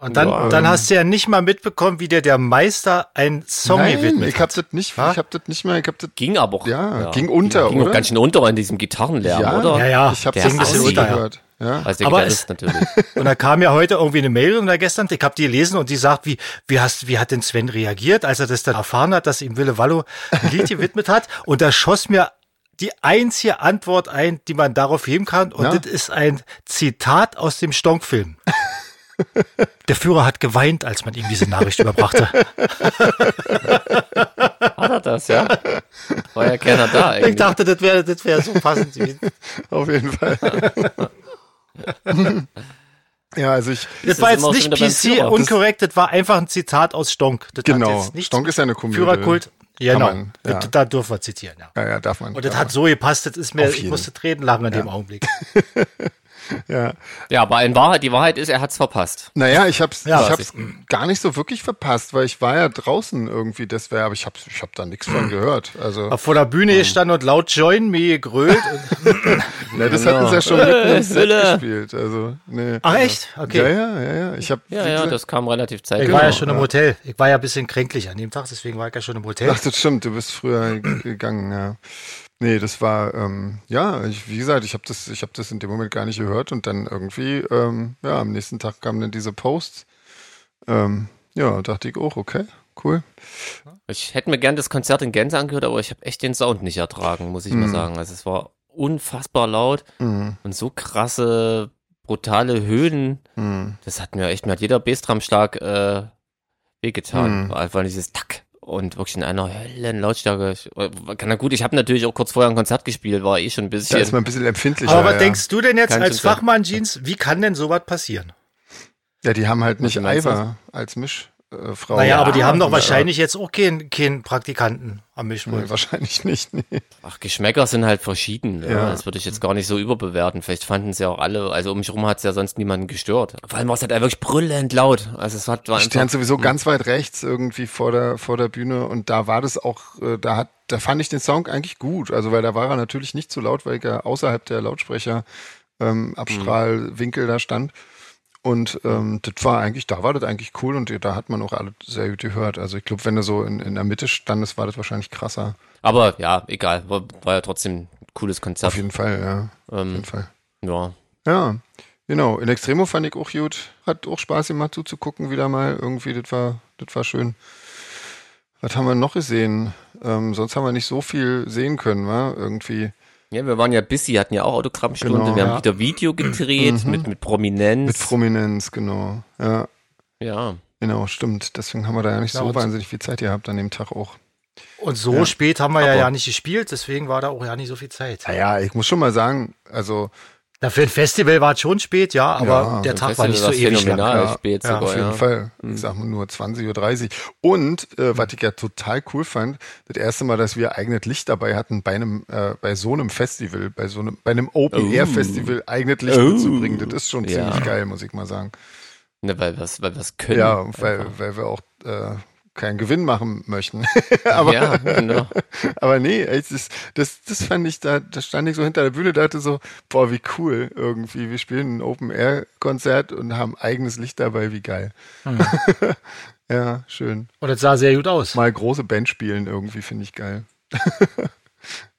[SPEAKER 1] Und dann,
[SPEAKER 3] Ja,
[SPEAKER 1] dann
[SPEAKER 2] ähm,
[SPEAKER 1] hast du ja nicht mal mitbekommen, wie dir der Meister einen Song
[SPEAKER 2] Nein,
[SPEAKER 1] gewidmet
[SPEAKER 2] ich habe
[SPEAKER 1] hat.
[SPEAKER 2] das nicht, ich
[SPEAKER 1] Ha?
[SPEAKER 2] habe das nicht mehr, ich habe das
[SPEAKER 3] Ging aber auch.
[SPEAKER 2] Ja, ging unter,
[SPEAKER 3] Ging auch
[SPEAKER 2] oder?
[SPEAKER 3] ganz schön unter in diesem Gitarrenlärm,
[SPEAKER 2] ja,
[SPEAKER 3] oder?
[SPEAKER 1] Ja, ja.
[SPEAKER 2] ich habe
[SPEAKER 3] Der
[SPEAKER 2] das ein
[SPEAKER 3] ist
[SPEAKER 2] bisschen
[SPEAKER 3] assi.
[SPEAKER 2] runtergehört. Ja.
[SPEAKER 3] Als der
[SPEAKER 1] Aber
[SPEAKER 3] Gitarrist natürlich.
[SPEAKER 1] Und da kam ja heute irgendwie eine Mail oder gestern, ich habe die gelesen und die sagt, wie, wie, hast, wie hat denn Sven reagiert, als er das dann erfahren hat, dass ihm Wille Wallo ein Lied gewidmet hat. Und da schoss mir die einzige Antwort ein, die man darauf heben kann. Und
[SPEAKER 2] Ja.
[SPEAKER 1] das ist ein Zitat aus dem Stonk-Film. Der Führer hat geweint, als man ihm diese Nachricht überbrachte.
[SPEAKER 3] Hat er das, ja? War ja keiner da
[SPEAKER 1] Ich
[SPEAKER 3] eigentlich.
[SPEAKER 1] dachte, das wäre das wäre so passend. gewesen.
[SPEAKER 2] Auf jeden Fall. ja, also ich,
[SPEAKER 1] Das
[SPEAKER 3] Das
[SPEAKER 1] war
[SPEAKER 3] ist
[SPEAKER 1] jetzt
[SPEAKER 3] immer auch
[SPEAKER 1] nicht
[SPEAKER 3] schon wieder beim
[SPEAKER 1] PC
[SPEAKER 3] Führer.
[SPEAKER 1] unkorrekt, das war einfach ein Zitat aus Stonk. Das hat
[SPEAKER 2] genau.
[SPEAKER 1] jetzt nichts-
[SPEAKER 2] Stonk ist ja eine Komödie.
[SPEAKER 1] Führerkult. Genau.
[SPEAKER 2] man, ja.
[SPEAKER 1] Da dürfen wir zitieren, ja.
[SPEAKER 2] Ja, ja, darf man.
[SPEAKER 1] Und das hat so gepasst, das ist mir,
[SPEAKER 2] Auf
[SPEAKER 1] ich
[SPEAKER 2] jeden.
[SPEAKER 1] musste Tränen lachen in dem Augenblick.
[SPEAKER 2] ja.
[SPEAKER 3] Ja, aber in Wahrheit, die Wahrheit ist, er hat's verpasst.
[SPEAKER 2] Naja, ich hab's,
[SPEAKER 1] Ja, was
[SPEAKER 2] ich hab's gar nicht so wirklich verpasst, weil ich war ja draußen irgendwie, das wäre, aber ich hab's, ich hab da nichts von gehört. Also,
[SPEAKER 1] Vor der Bühne stand und laut Join Me gegrölt. Und,
[SPEAKER 2] ne, das hatten sie ja schon mitten im Set
[SPEAKER 3] Hülle.
[SPEAKER 2] gespielt. Also, nee.
[SPEAKER 1] genau. ach echt? Okay.
[SPEAKER 2] Ja, ja, ja, ja. Ich hab,
[SPEAKER 3] Ja,
[SPEAKER 2] wie
[SPEAKER 3] ja,
[SPEAKER 2] gesagt-
[SPEAKER 3] das kam relativ
[SPEAKER 1] Ich
[SPEAKER 3] zeitnah.
[SPEAKER 1] war ja schon im Hotel. Ich war ja ein bisschen kränklich an dem Tag, deswegen war ich ja schon im Hotel.
[SPEAKER 2] Ach, das stimmt, du bist früher g- gegangen, ja. Nee, das war, ähm, ja, ich, wie gesagt, ich habe das, ich hab das in dem Moment gar nicht gehört und dann irgendwie, ähm, ja, am nächsten Tag kamen dann diese Posts. Ähm, ja, dachte ich auch, okay, cool.
[SPEAKER 3] Ich hätte mir gern das Konzert in Gänze angehört, aber ich habe echt den Sound nicht ertragen, muss ich
[SPEAKER 2] Mhm.
[SPEAKER 3] mal sagen. Also es war unfassbar laut und so krasse, brutale Höhen.
[SPEAKER 2] mhm.
[SPEAKER 3] Das hat mir echt, mir hat jeder Bassdrumschlag äh, wehgetan.
[SPEAKER 2] Hm.
[SPEAKER 3] War Einfach dieses Tack und wirklich in einer Höllenlautstärke. Ich, äh, kann ja gut, ich habe natürlich auch kurz vorher ein Konzert gespielt, war eh schon ein
[SPEAKER 2] Da
[SPEAKER 3] bisschen.
[SPEAKER 2] ist man ein bisschen empfindlicher.
[SPEAKER 1] Aber was
[SPEAKER 2] ja.
[SPEAKER 1] denkst du denn jetzt
[SPEAKER 3] Kann
[SPEAKER 1] als
[SPEAKER 3] schon sein.
[SPEAKER 1] Fachmann Jeans, wie kann denn sowas passieren?
[SPEAKER 2] Ja, die haben halt nicht
[SPEAKER 3] Was meinst du?
[SPEAKER 2] Eiver als Mischfrau. Äh, Frau.
[SPEAKER 1] naja, aber die haben doch
[SPEAKER 2] Ja,
[SPEAKER 1] wahrscheinlich jetzt auch keinen keinen Praktikanten am Mischpult.
[SPEAKER 2] Nee, wahrscheinlich nicht. Nee.
[SPEAKER 3] Ach, Geschmäcker sind halt verschieden. Ja.
[SPEAKER 2] Ja.
[SPEAKER 3] Das würde ich jetzt gar nicht so überbewerten. Vielleicht fanden es ja auch alle, also um mich rum hat es ja sonst niemanden gestört. Vor allem war es halt wirklich brüllend laut. Also es hat, war
[SPEAKER 2] Die stehen
[SPEAKER 3] einfach,
[SPEAKER 2] sowieso ganz weit rechts irgendwie vor der, vor der Bühne und da war das auch, äh, da hat, da fand ich den Song eigentlich gut. Also weil da war er natürlich nicht so laut, weil er außerhalb der Lautsprecher ähm, Abstrahlwinkel da stand. Und ähm, das war eigentlich, da war das eigentlich cool und da hat man auch alle sehr gut gehört. Also ich glaube, wenn du so in, in der Mitte standest, war das wahrscheinlich krasser.
[SPEAKER 3] aber ja, egal. War, war ja trotzdem ein cooles
[SPEAKER 2] Auf
[SPEAKER 3] Konzert.
[SPEAKER 2] jeden Fall, ja. Auf
[SPEAKER 3] Ähm,
[SPEAKER 2] jeden Fall.
[SPEAKER 3] ja.
[SPEAKER 2] Ja, genau. In Extremo fand ich auch gut. Hat auch Spaß gemacht zuzugucken wieder mal. Irgendwie, das war, das war schön. Was haben wir noch gesehen? Ähm, sonst haben wir nicht so viel sehen können, wa? Irgendwie.
[SPEAKER 3] ja, wir waren ja busy, hatten ja auch Autogrammstunde.
[SPEAKER 2] Genau,
[SPEAKER 3] wir haben
[SPEAKER 2] ja. Mhm.
[SPEAKER 3] wieder Video gedreht mit, mit Prominenz.
[SPEAKER 2] Mit Prominenz, genau. Ja,
[SPEAKER 3] ja.
[SPEAKER 2] genau, stimmt. Deswegen haben wir da ja nicht
[SPEAKER 1] Ja,
[SPEAKER 2] so
[SPEAKER 1] und-
[SPEAKER 2] wahnsinnig viel Zeit gehabt an dem Tag auch.
[SPEAKER 1] Und so
[SPEAKER 2] Ja.
[SPEAKER 1] spät haben wir ja,
[SPEAKER 3] Aber-
[SPEAKER 1] ja nicht gespielt, deswegen war da auch ja nicht so viel Zeit.
[SPEAKER 2] Naja, ich muss schon mal sagen, also
[SPEAKER 1] Na, für ein Festival war es schon spät, ja, aber
[SPEAKER 2] Ja,
[SPEAKER 1] der
[SPEAKER 3] Im
[SPEAKER 1] Tag war
[SPEAKER 3] Festival
[SPEAKER 1] nicht so
[SPEAKER 3] war's
[SPEAKER 1] ewig lang.
[SPEAKER 3] phänomenal
[SPEAKER 2] ja.
[SPEAKER 3] spät
[SPEAKER 1] Ja,
[SPEAKER 3] sogar.
[SPEAKER 2] Auf jeden
[SPEAKER 3] ja.
[SPEAKER 2] Fall. Ich sag mal nur 20.30 Uhr. Und
[SPEAKER 3] Mhm.
[SPEAKER 2] äh, was ich ja total cool fand, das erste Mal, dass wir eigenes Licht dabei hatten, bei einem, äh, bei so einem Festival, bei so einem, bei einem Open-Air-Festival eigenes Licht
[SPEAKER 3] Oh.
[SPEAKER 2] mitzubringen, das ist schon
[SPEAKER 3] Ja.
[SPEAKER 2] ziemlich geil, muss ich mal sagen.
[SPEAKER 3] Ne, weil wir es weil wir's können.
[SPEAKER 2] Ja, weil, weil wir auch äh, keinen Gewinn machen möchten. aber,
[SPEAKER 3] ja, genau.
[SPEAKER 2] aber nee, es ist, das, das fand ich da, da stand ich so hinter der Bühne, dachte so, boah, wie cool irgendwie. Wir spielen ein Open-Air-Konzert und haben eigenes Licht dabei, wie geil.
[SPEAKER 3] Mhm.
[SPEAKER 2] ja, schön.
[SPEAKER 1] Und es sah sehr gut aus.
[SPEAKER 2] mal große Band spielen irgendwie, finde ich geil.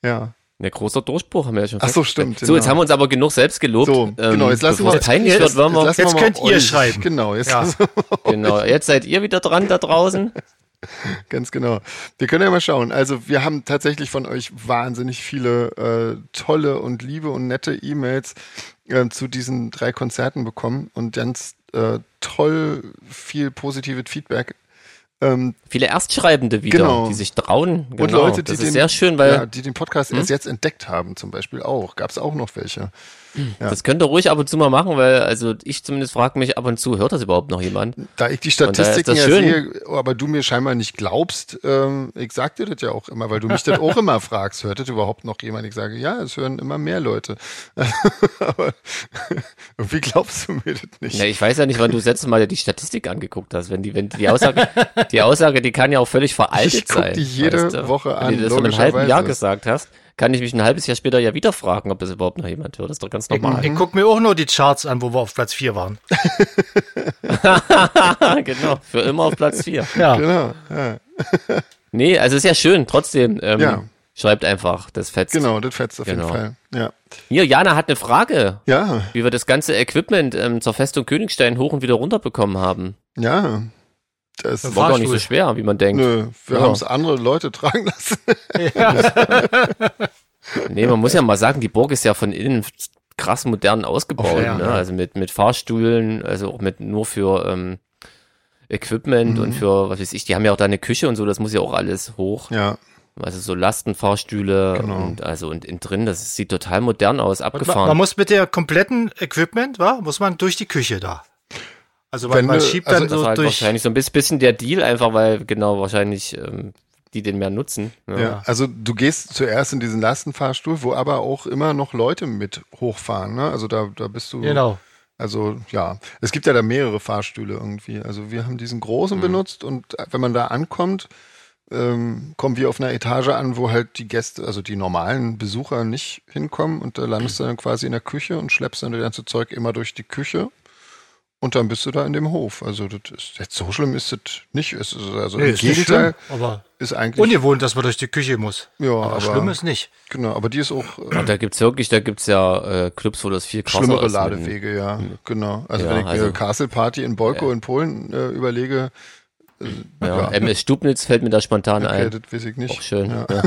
[SPEAKER 2] ja.
[SPEAKER 3] Ne, großer Durchbruch haben wir ja schon.
[SPEAKER 2] Ach so,
[SPEAKER 3] festgestellt.
[SPEAKER 2] stimmt,
[SPEAKER 3] So, jetzt
[SPEAKER 2] genau.
[SPEAKER 3] haben wir uns aber genug selbst gelobt.
[SPEAKER 2] So,
[SPEAKER 3] Ähm,
[SPEAKER 2] genau, jetzt lassen wir
[SPEAKER 3] bevor es peinlich
[SPEAKER 1] jetzt-
[SPEAKER 3] wird, wollen wir,
[SPEAKER 2] lassen wir
[SPEAKER 1] jetzt
[SPEAKER 2] mal
[SPEAKER 1] könnt
[SPEAKER 2] auf
[SPEAKER 1] ihr
[SPEAKER 2] euch-
[SPEAKER 1] schreiben.
[SPEAKER 2] Genau, jetzt
[SPEAKER 1] Ja.
[SPEAKER 3] genau, jetzt seid ihr wieder dran da draußen.
[SPEAKER 2] ganz genau. Wir können ja mal schauen. Also wir haben tatsächlich von euch wahnsinnig viele äh, tolle und liebe und nette E-Mails äh, zu diesen drei Konzerten bekommen und ganz äh, toll viel positives Feedback. Ähm,
[SPEAKER 3] Viele Erstschreibende wieder,
[SPEAKER 2] Genau.
[SPEAKER 3] die sich trauen. Genau.
[SPEAKER 2] Und Leute, die
[SPEAKER 3] das
[SPEAKER 2] den,
[SPEAKER 3] ist sehr schön, weil Hm?
[SPEAKER 2] ja, die den Podcast erst jetzt entdeckt haben, zum Beispiel auch. Gab es auch noch welche.
[SPEAKER 3] das könnt ihr ruhig ab und zu mal machen, weil also ich zumindest frage mich ab und zu, hört das überhaupt noch jemand?
[SPEAKER 2] Da ich die
[SPEAKER 3] Und da ist
[SPEAKER 2] Statistiken
[SPEAKER 3] das
[SPEAKER 2] ja
[SPEAKER 3] schön.
[SPEAKER 2] sehe, oh, aber du mir scheinbar nicht glaubst, ähm, ich sag dir das ja auch immer, weil du mich das auch immer fragst, hört das überhaupt noch jemand? Ich sage, ja, es hören immer mehr Leute. aber irgendwie glaubst du mir das nicht.
[SPEAKER 3] Na, ich weiß ja nicht, wann du das letzte Mal die Statistik angeguckt hast. Wenn die, wenn die Aussage, die Aussage, die kann ja auch völlig veraltet
[SPEAKER 2] Ich guck
[SPEAKER 3] sein.
[SPEAKER 2] die jede
[SPEAKER 3] du?
[SPEAKER 2] Woche an,
[SPEAKER 3] Wenn du das vor einem halben
[SPEAKER 2] logischerweise.
[SPEAKER 3] Jahr gesagt hast, kann ich mich ein halbes Jahr später ja wieder fragen, ob das überhaupt noch jemand hört. Das ist doch ganz normal.
[SPEAKER 1] Ich guck mir auch nur die Charts an, wo wir auf Platz 4 waren.
[SPEAKER 3] genau. Für immer auf Platz 4.
[SPEAKER 1] Ja.
[SPEAKER 2] Genau. Ja.
[SPEAKER 3] Nee, also ist ja schön, trotzdem. Ähm,
[SPEAKER 2] Ja.
[SPEAKER 3] Schreibt einfach, das fetzt.
[SPEAKER 2] Genau, das fetzt auf
[SPEAKER 3] Genau.
[SPEAKER 2] jeden Fall. Ja.
[SPEAKER 3] Hier, Jana hat eine Frage,
[SPEAKER 2] Ja,
[SPEAKER 3] wie wir das ganze Equipment ähm, zur Festung Königstein hoch und wieder runter bekommen haben.
[SPEAKER 2] ja. Das
[SPEAKER 1] Ein
[SPEAKER 3] War gar nicht so
[SPEAKER 1] Fahrstuhl.
[SPEAKER 3] schwer, wie man denkt.
[SPEAKER 2] Nö, wir
[SPEAKER 3] Ja.
[SPEAKER 2] haben es andere Leute tragen lassen.
[SPEAKER 3] Nee, man muss ja mal sagen, die Burg ist ja von innen krass modern ausgebaut,
[SPEAKER 1] Oh, ja.
[SPEAKER 3] ne? Also mit, mit Fahrstühlen, also auch mit nur für ähm, Equipment
[SPEAKER 1] Mhm.
[SPEAKER 3] und für, was weiß ich, die haben ja auch da eine Küche und so, das muss ja auch alles hoch.
[SPEAKER 2] Ja,
[SPEAKER 3] Also so Lastenfahrstühle
[SPEAKER 2] Genau.
[SPEAKER 3] und also und innen drin, das sieht total modern aus,
[SPEAKER 1] Und man, man
[SPEAKER 3] abgefahren.
[SPEAKER 1] muss mit der kompletten Equipment, wa, muss man durch die Küche da. Also man,
[SPEAKER 2] Wenn
[SPEAKER 1] man
[SPEAKER 2] du-
[SPEAKER 1] schiebt
[SPEAKER 2] also
[SPEAKER 1] dann
[SPEAKER 3] Das
[SPEAKER 1] so
[SPEAKER 3] war halt
[SPEAKER 1] durch.
[SPEAKER 3] wahrscheinlich so ein bis- bisschen der Deal, einfach weil genau wahrscheinlich ähm, die den mehr nutzen. ne?
[SPEAKER 2] ja. Also du gehst zuerst in diesen Lastenfahrstuhl, wo aber auch immer noch Leute mit hochfahren. Ne? Also da, da bist du.
[SPEAKER 1] Genau.
[SPEAKER 2] Also ja, es gibt ja da mehrere Fahrstühle irgendwie. Also wir haben diesen großen
[SPEAKER 3] Mhm.
[SPEAKER 2] benutzt und wenn man da ankommt, ähm, kommen wir auf einer Etage an, wo halt die Gäste, also die normalen Besucher nicht hinkommen und da landest du dann quasi in der Küche und schleppst dann das ganze Zeug immer durch die Küche und dann bist du da in dem Hof. Also das ist jetzt so schlimm ist das nicht. Es ist also
[SPEAKER 1] Nee,
[SPEAKER 2] im
[SPEAKER 1] ist nicht
[SPEAKER 2] Gegenteil
[SPEAKER 1] schlimm, aber
[SPEAKER 2] ist eigentlich
[SPEAKER 1] ungewohnt, dass man durch die Küche muss.
[SPEAKER 2] ja,
[SPEAKER 1] Aber,
[SPEAKER 2] aber,
[SPEAKER 1] schlimm ist nicht.
[SPEAKER 2] genau, aber die ist auch äh,
[SPEAKER 3] Und da gibt's wirklich, da gibt's ja äh, Clubs, wo das viel krasser
[SPEAKER 2] Schlimmere
[SPEAKER 3] ist. mit- Mhm.
[SPEAKER 2] Ladewege, ja. Genau. Also
[SPEAKER 3] Ja,
[SPEAKER 2] wenn ich mir
[SPEAKER 3] also-
[SPEAKER 2] Castle Party in Bolko in Polen äh, überlege, Ja.
[SPEAKER 3] Ja. MS Stubnitz fällt mir da spontan
[SPEAKER 2] okay,
[SPEAKER 3] ein.
[SPEAKER 2] das weiß ich
[SPEAKER 3] Auch
[SPEAKER 2] nicht.
[SPEAKER 3] schön. Ja.
[SPEAKER 2] Ja.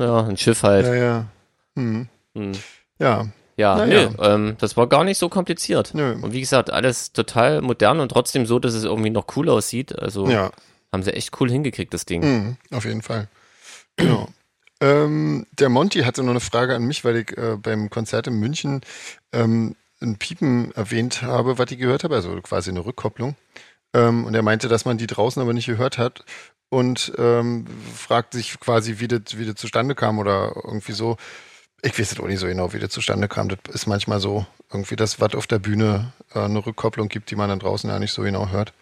[SPEAKER 3] ja, ein Schiff halt.
[SPEAKER 2] Ja, ja. Hm.
[SPEAKER 3] Hm.
[SPEAKER 2] Ja,
[SPEAKER 3] Ja,
[SPEAKER 2] Na
[SPEAKER 3] nö,
[SPEAKER 2] ja.
[SPEAKER 3] Ähm, das war gar nicht so kompliziert.
[SPEAKER 2] Nö.
[SPEAKER 3] Und wie gesagt, alles total modern und trotzdem so, dass es irgendwie noch cool aussieht. Also
[SPEAKER 2] ja.
[SPEAKER 3] haben sie echt cool hingekriegt, das Ding.
[SPEAKER 2] Hm, auf jeden Fall. Genau. ähm, der Monty hatte noch eine Frage an mich, weil ich äh, beim Konzert in München ähm, ein Piepen erwähnt habe, was ich gehört habe, also quasi eine Rückkopplung. Ähm, und er meinte, dass man die draußen aber nicht gehört hat und ähm, fragt sich quasi, wie das, wie das zustande kam oder irgendwie so. Ich weiß es auch nicht so genau, wie das zustande kam. Das ist manchmal so irgendwie das, was auf der Bühne äh, eine Rückkopplung gibt, die man dann draußen ja nicht so genau hört.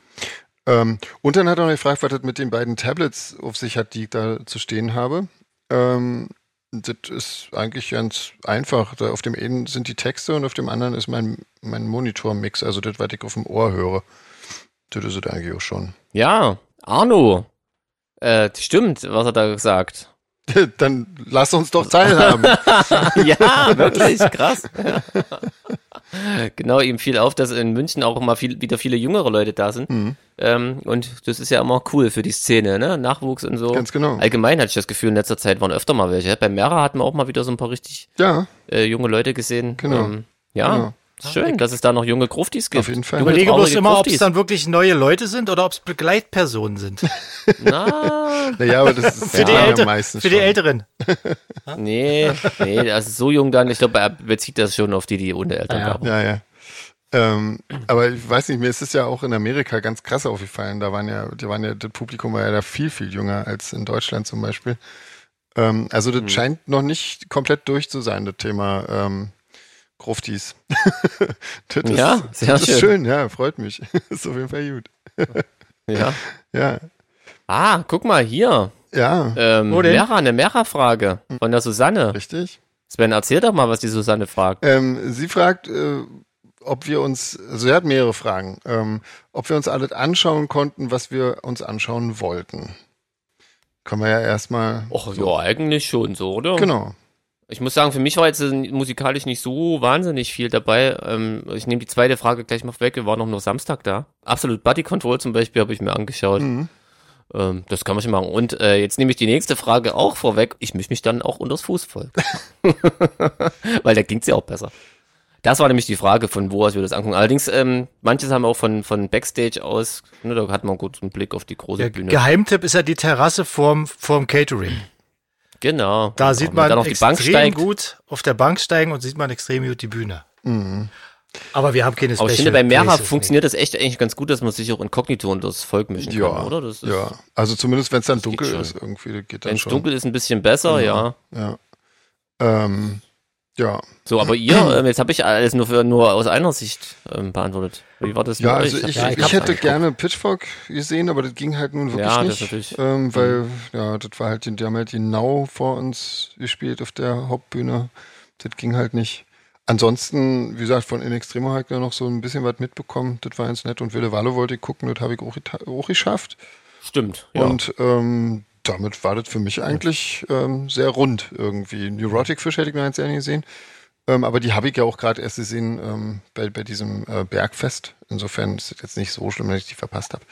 [SPEAKER 2] Ähm, und dann hat er noch gefragt, was das mit den beiden Tablets auf sich hat, die ich da zu stehen habe. Ähm, das ist eigentlich ganz einfach. Da auf dem einen sind die Texte und auf dem anderen ist mein, mein Monitor-Mix, also das, was ich auf dem Ohr höre. Das ist es eigentlich auch schon.
[SPEAKER 3] Ja, Arno. Äh, stimmt, was hat er gesagt?
[SPEAKER 2] dann lass uns doch teilhaben.
[SPEAKER 3] ja, wirklich, krass. genau, ihm fiel auf, dass in München auch immer viel, wieder viele jüngere Leute da sind.
[SPEAKER 2] Hm.
[SPEAKER 3] Ähm, und das ist ja immer cool für die Szene, ne? Nachwuchs und so.
[SPEAKER 2] Ganz genau.
[SPEAKER 3] Allgemein hatte ich das Gefühl, in letzter Zeit waren öfter mal welche. Bei Mera hatten wir auch mal wieder so ein paar richtig
[SPEAKER 2] ja,
[SPEAKER 3] äh, junge Leute gesehen. Ähm,
[SPEAKER 2] Genau.
[SPEAKER 3] ja,
[SPEAKER 2] Genau.
[SPEAKER 3] ist schön, dass es da noch junge Gruftis gibt.
[SPEAKER 2] Auf jeden Fall.
[SPEAKER 3] Junge,
[SPEAKER 1] Überlege bloß
[SPEAKER 3] traurige
[SPEAKER 1] immer, ob es
[SPEAKER 3] Gruftis.
[SPEAKER 1] dann wirklich neue Leute sind oder ob es Begleitpersonen sind.
[SPEAKER 3] Na,
[SPEAKER 2] naja, aber das ist
[SPEAKER 1] Für, die,
[SPEAKER 2] ja,
[SPEAKER 1] Älte
[SPEAKER 2] meistens
[SPEAKER 1] für die
[SPEAKER 2] schon.
[SPEAKER 1] Älteren.
[SPEAKER 3] nee, nee, also so jung dann. Ich glaube, er bezieht das schon auf die, die ohne Eltern
[SPEAKER 1] Ah, Ja,
[SPEAKER 3] ja,
[SPEAKER 1] ja.
[SPEAKER 2] Ja, ja. Ähm, aber ich weiß nicht, mir ist es ja auch in Amerika ganz krass aufgefallen. Da waren ja, die waren ja, das Publikum war ja da viel, viel jünger als in Deutschland zum Beispiel. Ähm, also
[SPEAKER 3] Mhm.
[SPEAKER 2] das scheint noch nicht komplett durch zu sein, das Thema ähm, Gruftis. das
[SPEAKER 3] Ja,
[SPEAKER 2] ist,
[SPEAKER 3] sehr
[SPEAKER 2] das
[SPEAKER 3] schön.
[SPEAKER 2] ist schön, ja, freut mich. ist auf jeden Fall gut.
[SPEAKER 3] ja.
[SPEAKER 2] Ja,
[SPEAKER 3] Ah, guck mal hier.
[SPEAKER 2] ja,
[SPEAKER 3] Ähm,
[SPEAKER 1] Wo denn?
[SPEAKER 3] Mera, eine Mera-Frage von der Susanne.
[SPEAKER 2] richtig.
[SPEAKER 3] Sven, erzähl doch mal, was die Susanne fragt.
[SPEAKER 2] Ähm, sie fragt, äh, ob wir uns, also sie hat mehrere Fragen, ähm, ob wir uns alles anschauen konnten, was wir uns anschauen wollten. Können wir ja erstmal.
[SPEAKER 3] Och, ja, eigentlich schon so, oder?
[SPEAKER 2] Äh, Genau.
[SPEAKER 3] Ich muss sagen, für mich war jetzt äh, musikalisch nicht so wahnsinnig viel dabei. Ähm, ich nehme die zweite Frage gleich mal weg. Wir waren noch nur Samstag da. Absolut Buddy Control zum Beispiel habe ich mir angeschaut.
[SPEAKER 2] Mhm.
[SPEAKER 3] Ähm, das kann man schon machen. Und äh, jetzt nehme ich die nächste Frage auch vorweg. Ich mische mich dann auch unters Fußvolk. Weil da klingt's ja auch besser. Das war nämlich die Frage, von wo aus wir das angucken. Allerdings, ähm, manches haben wir auch von, von Backstage aus, ne, da hat man gut einen Blick auf die große
[SPEAKER 1] Der
[SPEAKER 3] Bühne.
[SPEAKER 1] Geheimtipp ist ja die Terrasse vorm, vorm Catering.
[SPEAKER 3] Genau.
[SPEAKER 1] Da
[SPEAKER 3] Genau.
[SPEAKER 1] sieht
[SPEAKER 3] Wenn man
[SPEAKER 1] man
[SPEAKER 3] dann auf die
[SPEAKER 1] extrem
[SPEAKER 3] Bank steigt.
[SPEAKER 1] gut auf der Bank steigen und sieht man extrem gut die Bühne.
[SPEAKER 2] Mhm.
[SPEAKER 3] Oh,
[SPEAKER 1] Aber wir haben keine
[SPEAKER 3] Aber ich
[SPEAKER 1] Special
[SPEAKER 3] finde, bei Mera
[SPEAKER 1] Places,
[SPEAKER 3] funktioniert das echt eigentlich ganz gut, dass man sich auch inkognito und das Volk mischen
[SPEAKER 2] Ja,
[SPEAKER 3] kann, oder? Das ist,
[SPEAKER 2] ja. Also zumindest, wenn es dann
[SPEAKER 3] geht
[SPEAKER 2] dunkel
[SPEAKER 3] schon.
[SPEAKER 2] ist, irgendwie, das geht dann
[SPEAKER 3] Wenn es
[SPEAKER 2] schon. Genau.
[SPEAKER 3] dunkel ist, ein bisschen besser, ja.
[SPEAKER 2] Ja. Ähm, ja.
[SPEAKER 3] So, aber ihr, ähm, jetzt habe ich alles nur, für, nur aus einer Sicht ähm, beantwortet. Wie war das
[SPEAKER 2] Ja,
[SPEAKER 3] mit
[SPEAKER 2] also
[SPEAKER 3] euch?
[SPEAKER 2] ich,
[SPEAKER 1] ja,
[SPEAKER 3] hab
[SPEAKER 2] ich,
[SPEAKER 1] ich hab's
[SPEAKER 2] hätte
[SPEAKER 3] angeguckt.
[SPEAKER 2] gerne Pitchfork gesehen, aber das ging halt nun wirklich
[SPEAKER 3] Ja, das
[SPEAKER 2] nicht.
[SPEAKER 3] natürlich. Mhm.
[SPEAKER 2] Ähm, weil, ja, das war halt, die haben halt genau vor uns gespielt auf der Hauptbühne. Das ging halt nicht. Ansonsten, wie gesagt, von In Extremo habe ich da noch so ein bisschen was mitbekommen. Das war ganz nett. Und Wille Wallo wollte ich gucken, das habe ich auch, geta- auch geschafft.
[SPEAKER 3] Stimmt. Ja.
[SPEAKER 2] Und ähm, damit war das für mich eigentlich ähm, sehr rund irgendwie. Neurotic Fish hätte ich mir jetzt ja nicht gesehen. Ähm, aber die habe ich ja auch gerade erst gesehen ähm, bei, bei diesem äh, Bergfest. Insofern ist es jetzt nicht so schlimm, dass ich die verpasst habe.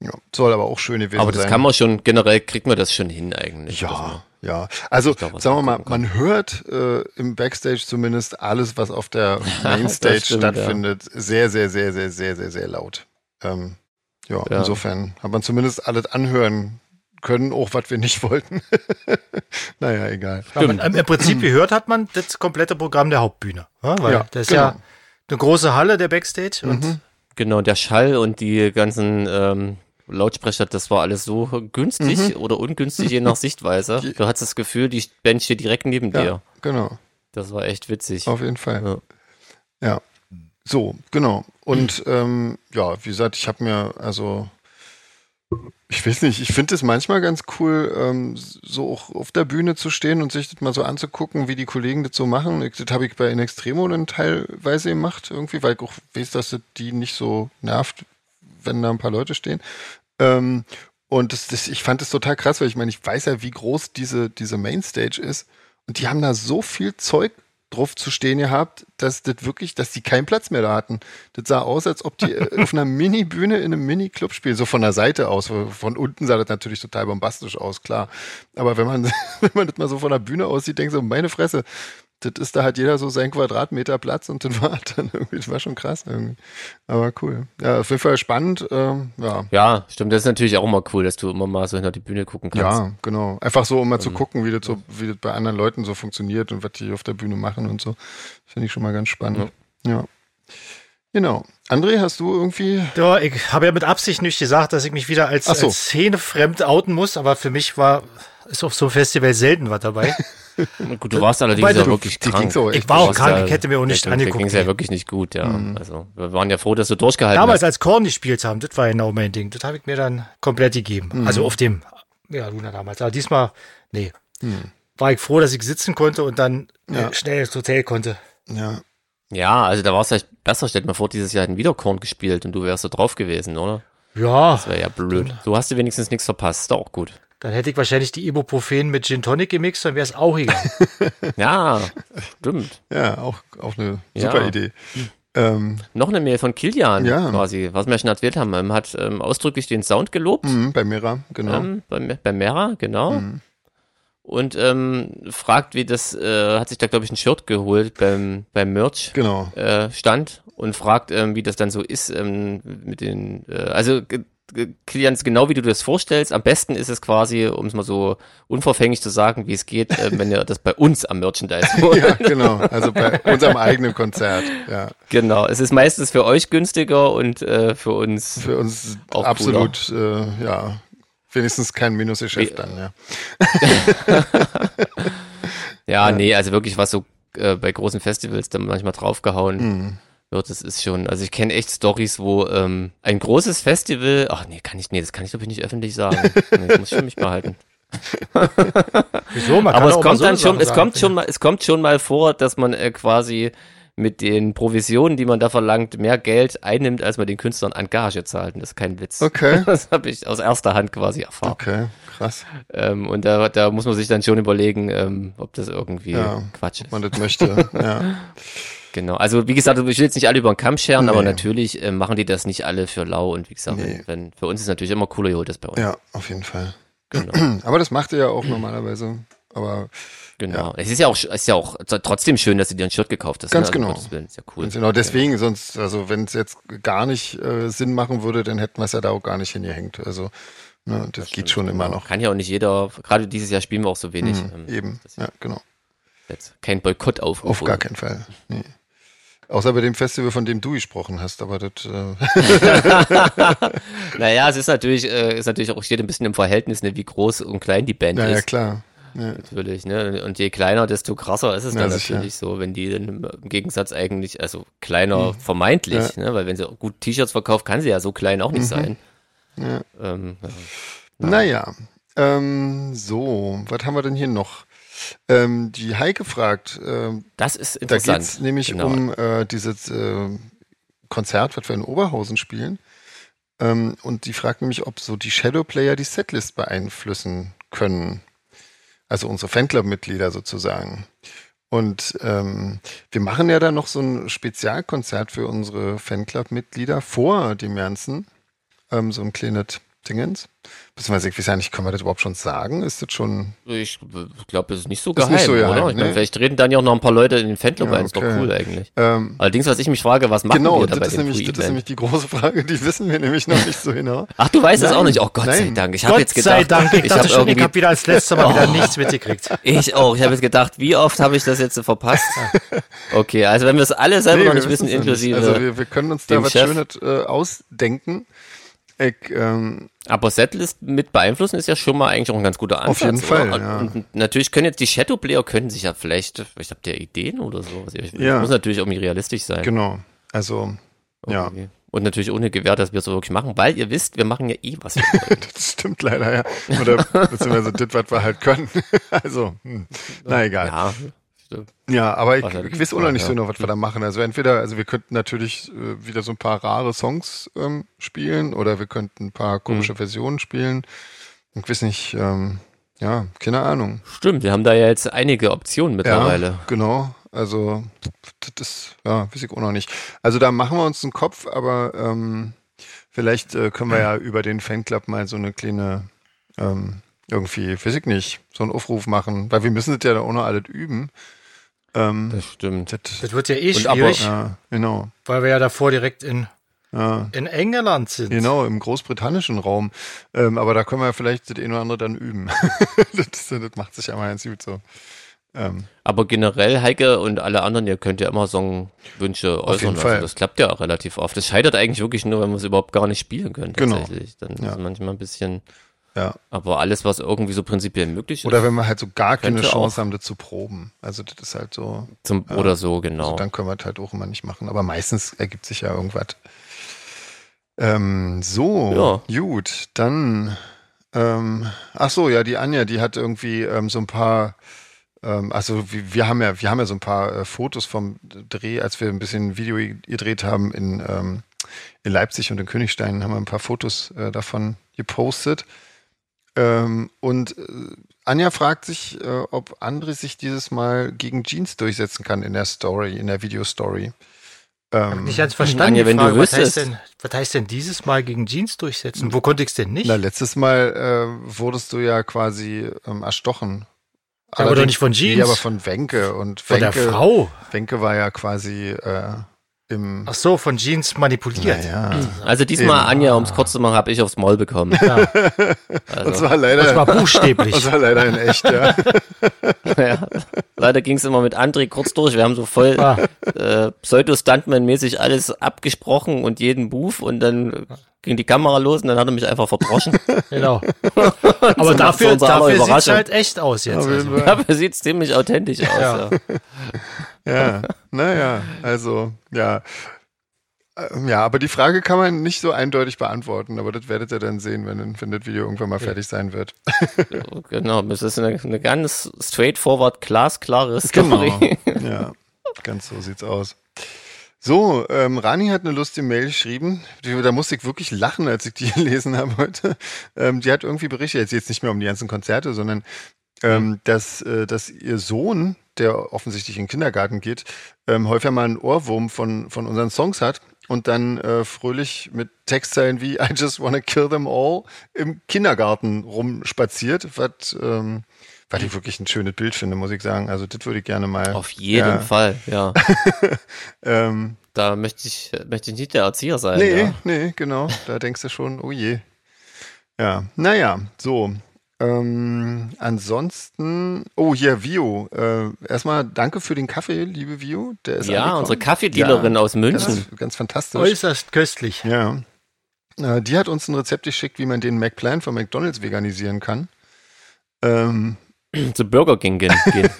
[SPEAKER 2] Ja, soll aber auch schön gewesen
[SPEAKER 3] Aber das
[SPEAKER 2] sein.
[SPEAKER 3] kann man schon, generell kriegt man das schon hin eigentlich. dass man-
[SPEAKER 2] Ja, ja. Also
[SPEAKER 3] glaub, was
[SPEAKER 2] sagen wir
[SPEAKER 3] man
[SPEAKER 2] mal,
[SPEAKER 3] gucken
[SPEAKER 2] man hört äh, im Backstage zumindest alles, was auf der Mainstage
[SPEAKER 3] stimmt, ja.
[SPEAKER 2] stattfindet, sehr, sehr, sehr, sehr, sehr, sehr, sehr laut. Ähm, ja,
[SPEAKER 3] Ja.
[SPEAKER 2] insofern hat man zumindest alles anhören können, auch was wir nicht wollten. naja, egal.
[SPEAKER 1] Ja, man, Im Prinzip gehört hat man das komplette Programm der Hauptbühne. Ja, weil
[SPEAKER 2] Ja,
[SPEAKER 1] das ist
[SPEAKER 2] genau. Mhm.
[SPEAKER 1] ja eine große Halle der Backstage und
[SPEAKER 3] Genau, der Schall und die ganzen ähm, Lautsprecher, das war alles so günstig oder ungünstig, je nach Sichtweise.
[SPEAKER 2] Mhm. Die-
[SPEAKER 3] Du hattest das Gefühl, die Band steht direkt neben
[SPEAKER 2] Ja,
[SPEAKER 3] dir.
[SPEAKER 2] genau.
[SPEAKER 3] Das war echt witzig.
[SPEAKER 2] Auf jeden Fall.
[SPEAKER 3] Ja.
[SPEAKER 2] Ja. So, genau. Und ähm, ja, wie gesagt, ich habe mir, also, ich weiß nicht, ich finde es manchmal ganz cool, ähm, so auch auf der Bühne zu stehen und sich das mal so anzugucken, wie die Kollegen das so machen. Ich, das habe ich bei In Extremo dann teilweise gemacht, irgendwie, weil ich auch weiß, dass das die nicht so nervt, wenn da ein paar Leute stehen. Ähm, und das, das, ich fand das total krass, weil ich meine, ich weiß ja, wie groß diese, diese Mainstage ist. Und die haben da so viel Zeug drauf zu stehen gehabt, dass das wirklich, dass die keinen Platz mehr da hatten. Das sah aus, als ob die äh, auf einer Mini-Bühne in einem Mini-Club spielen, so von der Seite aus. Von unten sah das natürlich total bombastisch aus, klar. Aber wenn man, wenn man das mal so von der Bühne aussieht, denkt so, meine Fresse, das ist, da hat jeder so seinen Quadratmeter Platz und das war dann irgendwie, das war schon krass irgendwie. Aber cool. Ja, auf jeden Fall spannend. Ähm, ja,
[SPEAKER 3] Ja, stimmt, das ist natürlich auch immer cool, dass du immer mal so hinter die Bühne gucken kannst.
[SPEAKER 2] ja, genau. Einfach so, um mal
[SPEAKER 3] Also,
[SPEAKER 2] zu gucken, wie das, so, wie das bei anderen Leuten so funktioniert und was die auf der Bühne machen und so. Das finde ich schon mal ganz spannend. Ja. Genau. André, hast du irgendwie.
[SPEAKER 1] ja, ich habe ja mit Absicht nicht gesagt, dass ich mich wieder als,
[SPEAKER 2] Ach so.
[SPEAKER 1] als szenefremd outen muss, aber für mich war ist auf so einem Festival selten was dabei.
[SPEAKER 3] Gut, du warst allerdings
[SPEAKER 1] Wobei
[SPEAKER 3] ja
[SPEAKER 1] du-
[SPEAKER 3] wirklich
[SPEAKER 2] die
[SPEAKER 3] krank.
[SPEAKER 2] ging's aber
[SPEAKER 1] Ich
[SPEAKER 2] echt
[SPEAKER 1] war auch
[SPEAKER 2] nicht.
[SPEAKER 3] warst
[SPEAKER 1] krank,
[SPEAKER 3] ja-
[SPEAKER 1] ich hätte mir auch nicht
[SPEAKER 3] ja,
[SPEAKER 1] angeguckt.
[SPEAKER 3] Ging es ja wirklich nicht gut, ja.
[SPEAKER 2] Mhm.
[SPEAKER 3] Also, wir waren ja froh, dass du durchgehalten
[SPEAKER 1] Damals,
[SPEAKER 3] hast.
[SPEAKER 1] als Korn gespielt haben, das war genau mein Ding. Das habe ich mir dann komplett gegeben.
[SPEAKER 2] Mhm.
[SPEAKER 1] Also auf dem, ja, Luna damals. Aber diesmal, nee. War ich froh, dass ich sitzen konnte und dann
[SPEAKER 2] Mhm. Ja.
[SPEAKER 1] äh, schnell ins Hotel konnte.
[SPEAKER 2] Ja.
[SPEAKER 3] Ja, also da war es vielleicht besser. Stell dir mal vor, dieses Jahr hätten wieder Korn gespielt und du wärst so drauf gewesen, oder?
[SPEAKER 1] Ja,
[SPEAKER 3] Wäre ja blöd. So hast du wenigstens nichts verpasst. Ist doch auch gut.
[SPEAKER 1] dann hätte ich wahrscheinlich die Ibuprofen mit Gin Tonic gemixt, dann wäre es auch egal.
[SPEAKER 3] Ja, stimmt.
[SPEAKER 2] ja, auch, auch eine
[SPEAKER 3] Ja.
[SPEAKER 2] super Idee. Ähm,
[SPEAKER 3] Noch eine Mail von Kilian
[SPEAKER 2] Ja.
[SPEAKER 3] quasi, was wir ja schon erzählt haben. Er hat ähm, ausdrücklich den Sound gelobt
[SPEAKER 2] mh, bei Mira, genau.
[SPEAKER 3] ähm, bei, bei Mera, genau. Und ähm, fragt, wie das, äh, hat sich da, glaube ich, ein Shirt geholt beim, beim Merch.
[SPEAKER 2] Genau.
[SPEAKER 3] äh, stand und fragt, ähm, wie das dann so ist ähm, mit den, äh, also ge- ge- Kilian, ist genau wie du dir das vorstellst, am besten ist es quasi, um es mal so unverfänglich zu sagen, wie es geht, äh, wenn ihr das bei uns am Merchandise holt.
[SPEAKER 2] Ja, genau. Also bei unserem eigenen Konzert. Ja.
[SPEAKER 3] Genau, es ist meistens für euch günstiger und äh, für uns,
[SPEAKER 2] Für uns
[SPEAKER 3] Auch
[SPEAKER 2] absolut, äh, ja. Wenigstens kein Minusgeschäft
[SPEAKER 3] Wie-
[SPEAKER 2] dann, ja.
[SPEAKER 3] ja, nee, also wirklich was so äh, bei großen Festivals dann manchmal draufgehauen
[SPEAKER 1] Mhm.
[SPEAKER 3] wird, das ist schon, also ich kenne echt Stories, wo ähm, ein großes Festival, ach nee, kann ich, nee, das kann ich glaube ich nicht öffentlich sagen, nee, das muss ich für mich behalten.
[SPEAKER 1] Wieso? Man
[SPEAKER 3] Aber
[SPEAKER 1] kann
[SPEAKER 3] es
[SPEAKER 1] auch mal
[SPEAKER 3] kommt
[SPEAKER 1] so
[SPEAKER 3] dann
[SPEAKER 1] eine
[SPEAKER 3] schon,
[SPEAKER 1] Sache
[SPEAKER 3] es
[SPEAKER 1] sagen,
[SPEAKER 3] kommt
[SPEAKER 1] finde
[SPEAKER 3] schon mal, es kommt schon mal vor, dass man äh, quasi mit den Provisionen, die man da verlangt, mehr Geld einnimmt, als man den Künstlern an Gage zahlt. Und Das ist kein Witz.
[SPEAKER 2] Okay.
[SPEAKER 3] Das habe ich aus erster Hand quasi erfahren.
[SPEAKER 2] Okay, krass.
[SPEAKER 3] Ähm, und da, da muss man sich dann schon überlegen, ähm, ob das irgendwie
[SPEAKER 2] Ja.
[SPEAKER 3] Quatsch ist.
[SPEAKER 2] Man das möchte. ja.
[SPEAKER 3] Genau. Also wie gesagt, ich will jetzt nicht alle über den Kamm scheren, aber
[SPEAKER 2] Nee.
[SPEAKER 3] natürlich äh, machen die das nicht alle für lau. Und wie gesagt,
[SPEAKER 2] Nee.
[SPEAKER 3] wenn, wenn, für uns ist natürlich immer cooler, ihr holt das bei uns.
[SPEAKER 2] Ja, auf jeden Fall. Aber das macht ihr ja auch normalerweise. Aber
[SPEAKER 3] Genau. Es ist ja auch, es ist ja auch trotzdem schön, dass du dir ein Shirt gekauft hast.
[SPEAKER 2] Ganz
[SPEAKER 3] ne? Also,
[SPEAKER 2] genau.
[SPEAKER 3] um Gottes Willen, Ist ja cool.
[SPEAKER 2] ganz genau deswegen, sonst, also wenn es jetzt gar nicht äh, Sinn machen würde, dann hätten wir es ja da auch gar nicht hingehängt. Also ne, das, geht schon immer noch. Mhm.
[SPEAKER 3] Kann ja auch nicht jeder, gerade dieses Jahr spielen wir auch so wenig. genau. ähm,
[SPEAKER 2] Eben,
[SPEAKER 3] das ist
[SPEAKER 2] ja, genau.
[SPEAKER 3] Jetzt kein Boykott auf.
[SPEAKER 2] Auf gar keinen Fall. Nee. Außer bei dem Festival, von dem du gesprochen hast, aber das, äh,
[SPEAKER 3] Naja, es ist natürlich, äh, ist natürlich auch, steht ein bisschen im Verhältnis, ne, wie groß und klein die Band
[SPEAKER 2] ja, ja,
[SPEAKER 3] ist.
[SPEAKER 2] klar. Ja,
[SPEAKER 3] Natürlich, ne? Und je kleiner, desto krasser ist es
[SPEAKER 2] Ja,
[SPEAKER 3] dann
[SPEAKER 2] sicher.
[SPEAKER 3] natürlich so, wenn die dann im Gegensatz eigentlich, also kleiner
[SPEAKER 2] Mhm.
[SPEAKER 3] vermeintlich, ne? Weil wenn sie auch gut T-Shirts verkauft, kann sie ja so klein
[SPEAKER 2] Mhm.
[SPEAKER 3] auch nicht sein. Ähm, ja.
[SPEAKER 2] Naja, ähm, so, was haben wir denn hier noch? Ähm, die Heike fragt, ähm,
[SPEAKER 3] Das ist
[SPEAKER 2] Da
[SPEAKER 3] interessant.
[SPEAKER 2] geht es nämlich
[SPEAKER 3] Genau.
[SPEAKER 2] um äh, dieses äh, Konzert, was wir in Oberhausen spielen. Ähm, und die fragt nämlich, ob so die Shadowplayer die Setlist beeinflussen können. Also unsere Fanclub-Mitglieder sozusagen. Und ähm, wir machen ja dann noch so ein Spezialkonzert für unsere Fanclub-Mitglieder vor dem Ganzen. Ähm, so ein kleines Dingens. Beziehungsweise, ich weiß ja nicht, können wir das überhaupt schon sagen? Ist das schon.
[SPEAKER 3] Also Ich glaube, das ist nicht so
[SPEAKER 2] Ist
[SPEAKER 3] geheim,
[SPEAKER 2] nicht so
[SPEAKER 3] oder?
[SPEAKER 2] geheim,
[SPEAKER 3] ich mein,
[SPEAKER 2] ne?
[SPEAKER 3] vielleicht reden dann ja auch noch ein paar Leute in den Fanclub
[SPEAKER 2] Ja,
[SPEAKER 3] ein. Ist doch
[SPEAKER 2] okay.
[SPEAKER 3] cool eigentlich.
[SPEAKER 2] Ähm,
[SPEAKER 3] Allerdings, was ich mich frage, was machen
[SPEAKER 2] genau,
[SPEAKER 3] wir da bei
[SPEAKER 2] das ist,
[SPEAKER 3] dem
[SPEAKER 2] nämlich, das ist
[SPEAKER 3] Free-Event?
[SPEAKER 2] nämlich die große Frage, die wissen wir nämlich noch nicht so genau.
[SPEAKER 3] Ach, du weißt es
[SPEAKER 2] Nein,
[SPEAKER 3] auch nicht. Oh Gott sei
[SPEAKER 2] nein.
[SPEAKER 3] Dank. Ich habe
[SPEAKER 1] Gott
[SPEAKER 3] jetzt gedacht,
[SPEAKER 1] sei Dank, ich, Oh.
[SPEAKER 3] ich
[SPEAKER 1] dachte
[SPEAKER 3] habe
[SPEAKER 1] schon, ich
[SPEAKER 3] irgendwie
[SPEAKER 1] habe wieder als letztes Mal wieder nichts mitgekriegt.
[SPEAKER 3] Ich auch. Ich habe jetzt gedacht, wie oft habe ich das jetzt verpasst? Okay, also wenn wir es alle selber
[SPEAKER 2] Nee,
[SPEAKER 3] noch
[SPEAKER 2] wir
[SPEAKER 3] nicht wissen,
[SPEAKER 2] wissen's noch nicht.
[SPEAKER 3] inklusive
[SPEAKER 2] Also wir, wir können uns da
[SPEAKER 3] dem
[SPEAKER 2] was
[SPEAKER 3] Chef.
[SPEAKER 2] Schönes äh, ausdenken. Ich, ähm,
[SPEAKER 3] Aber Setlist mit beeinflussen ist ja schon mal eigentlich auch ein ganz guter
[SPEAKER 2] Auf
[SPEAKER 3] Ansatz.
[SPEAKER 2] jeden
[SPEAKER 3] oder?
[SPEAKER 2] Fall, ja.
[SPEAKER 3] Und, und natürlich können jetzt die Shadowplayer können sich ja vielleicht, ich habe ja Ideen oder so. was Ich,
[SPEAKER 2] Ja.
[SPEAKER 3] Das muss natürlich irgendwie realistisch sein.
[SPEAKER 2] genau. Also, ja,
[SPEAKER 3] Irgendwie. Und natürlich ohne Gewähr, dass wir es wirklich machen, weil ihr wisst, wir machen ja eh was.
[SPEAKER 2] das stimmt leider, ja. Oder beziehungsweise das, was wir halt können. also, hm. na egal.
[SPEAKER 3] ja. stimmt.
[SPEAKER 2] Ja, aber ich,
[SPEAKER 3] Was halt-
[SPEAKER 2] ich weiß auch noch nicht
[SPEAKER 3] ja.
[SPEAKER 2] so genau, was wir da machen. Also entweder, also wir könnten natürlich äh, wieder so ein paar rare Songs ähm, spielen oder wir könnten ein paar komische
[SPEAKER 3] Hm.
[SPEAKER 2] Versionen spielen. Ich weiß nicht, ähm, ja, keine Ahnung.
[SPEAKER 3] Stimmt, wir haben da ja jetzt einige Optionen mittlerweile.
[SPEAKER 2] Ja, genau. Also das ist, ja, weiß ich auch noch nicht. Also da machen wir uns einen Kopf, aber ähm, vielleicht äh, können wir ja über den Fanclub mal so eine kleine, ähm, irgendwie, weiß ich nicht, so einen Aufruf machen, weil wir müssen das ja auch noch alles üben. Ähm,
[SPEAKER 3] Das stimmt.
[SPEAKER 2] das,
[SPEAKER 1] Das wird ja eh
[SPEAKER 3] Und aber-
[SPEAKER 1] schwierig,
[SPEAKER 2] ja, genau.
[SPEAKER 1] weil wir ja davor direkt in,
[SPEAKER 2] Ja.
[SPEAKER 1] in England sind.
[SPEAKER 2] Genau, im großbritannischen Raum. Ähm, aber da können wir vielleicht das eine oder andere dann üben. das, das macht sich ja mal ganz gut so. Ähm,
[SPEAKER 3] Aber generell, Heike und alle anderen, ihr könnt ja immer Songwünsche äußern.
[SPEAKER 2] jeden
[SPEAKER 3] Also
[SPEAKER 2] Fall.
[SPEAKER 3] das klappt ja auch relativ oft. Das scheitert eigentlich wirklich nur, wenn wir es überhaupt gar nicht spielen können.
[SPEAKER 2] Genau.
[SPEAKER 3] Tatsächlich. Dann
[SPEAKER 2] Ja.
[SPEAKER 3] ist es manchmal ein bisschen.
[SPEAKER 2] Ja.
[SPEAKER 3] Aber alles, was irgendwie so prinzipiell möglich ist.
[SPEAKER 2] Oder wenn wir halt so gar keine
[SPEAKER 3] Könnte
[SPEAKER 2] Chance haben, das zu proben. Also das ist halt so,
[SPEAKER 3] zum, Oder so, genau.
[SPEAKER 2] also dann können wir das halt auch immer nicht machen. Aber meistens ergibt sich ja irgendwas. Ähm, so, gut, dann. Ähm, ach so, ja, die Anja, die hat irgendwie ähm, so ein paar. Ähm, also wir, wir haben ja, wir haben ja so ein paar äh, Fotos vom Dreh, als wir ein bisschen Video gedreht haben in, ähm, in Leipzig und in Königstein, haben wir ein paar Fotos äh, davon gepostet. Ähm, und äh, Anja fragt sich, äh, ob André sich dieses Mal gegen Jeans durchsetzen kann in der Story, in der Videostory. Ähm,
[SPEAKER 1] Nicht ganz verstanden.
[SPEAKER 3] Anja,
[SPEAKER 1] die
[SPEAKER 3] wenn du
[SPEAKER 1] Frage, was, heißt
[SPEAKER 3] wüsstest.
[SPEAKER 1] denn, was heißt denn dieses Mal gegen Jeans durchsetzen? Wo konnte ich es denn nicht?
[SPEAKER 2] na, letztes Mal äh, wurdest du ja quasi ähm, erstochen.
[SPEAKER 1] aber doch nicht von Jeans.
[SPEAKER 2] Nee, aber von Wenke. Und
[SPEAKER 1] Von der
[SPEAKER 2] Wenke,
[SPEAKER 1] Frau.
[SPEAKER 2] Wenke war ja quasi äh, im.
[SPEAKER 1] Ach so, von Jeans manipuliert.
[SPEAKER 2] Naja.
[SPEAKER 3] also diesmal,
[SPEAKER 2] Eben.
[SPEAKER 3] Anja, um es kurz zu machen, habe ich aufs Maul bekommen.
[SPEAKER 1] Ja.
[SPEAKER 3] Also,
[SPEAKER 2] Und zwar
[SPEAKER 1] Das war
[SPEAKER 2] leider.
[SPEAKER 1] buchstäblich.
[SPEAKER 2] Das war leider in echt, ja.
[SPEAKER 3] ja. Leider ging es immer mit André kurz durch. Wir haben so voll
[SPEAKER 1] Ah.
[SPEAKER 3] äh, Pseudo-Stuntman-mäßig alles abgesprochen und jeden Move und dann äh, ging die Kamera los und dann hat er mich einfach verdroschen.
[SPEAKER 1] Genau. Aber
[SPEAKER 3] macht's
[SPEAKER 1] dafür,
[SPEAKER 3] unsere arme
[SPEAKER 1] dafür sieht es
[SPEAKER 3] Überraschung.
[SPEAKER 1] halt echt aus jetzt.
[SPEAKER 2] Auf jeden
[SPEAKER 1] Also.
[SPEAKER 2] Fall.
[SPEAKER 3] Aber sieht ziemlich authentisch aus.
[SPEAKER 1] Ja.
[SPEAKER 3] Ja.
[SPEAKER 2] Ja, naja, also, ja. Ähm, Ja, aber die Frage kann man nicht so eindeutig beantworten, aber das werdet ihr dann sehen, wenn, wenn das Video irgendwann mal fertig sein wird.
[SPEAKER 3] Genau, das ist eine, eine ganz straightforward, glasklare Story.
[SPEAKER 2] Genau. ja, ganz so sieht's aus. So, ähm, Rani hat eine lustige Mail geschrieben. Die, da musste ich wirklich lachen, als ich die gelesen habe heute. Ähm, die hat irgendwie berichtet, jetzt, jetzt nicht mehr um die ganzen Konzerte, sondern ähm, dass, äh, dass ihr Sohn, der offensichtlich in den Kindergarten geht, ähm, häufiger mal einen Ohrwurm von, von unseren Songs hat und dann äh, fröhlich mit Textzeilen wie I just wanna kill them all im Kindergarten rumspaziert, was, ähm, was ich wirklich ein schönes Bild finde, muss ich sagen. Also das würde ich gerne mal.
[SPEAKER 3] Auf jeden
[SPEAKER 2] ja,
[SPEAKER 3] Fall, ja.
[SPEAKER 2] Ähm,
[SPEAKER 3] Da möchte ich, möchte ich nicht der Erzieher sein.
[SPEAKER 2] Nee,
[SPEAKER 3] Ja.
[SPEAKER 2] nee, genau. Da denkst du schon, oh je. Ja, naja, so. Ähm, ansonsten, oh hier, Vio. Äh, erstmal danke für den Kaffee, liebe Vio. Der ist
[SPEAKER 3] ja,
[SPEAKER 2] angekommen.
[SPEAKER 3] unsere Kaffeedealerin aus München.
[SPEAKER 2] Ganz, ganz fantastisch.
[SPEAKER 1] Äußerst köstlich.
[SPEAKER 2] Ja. Äh, die hat uns ein Rezept geschickt, wie man den McPlan von McDonalds veganisieren kann. Ähm,
[SPEAKER 3] Zu Burger King gehen. gehen.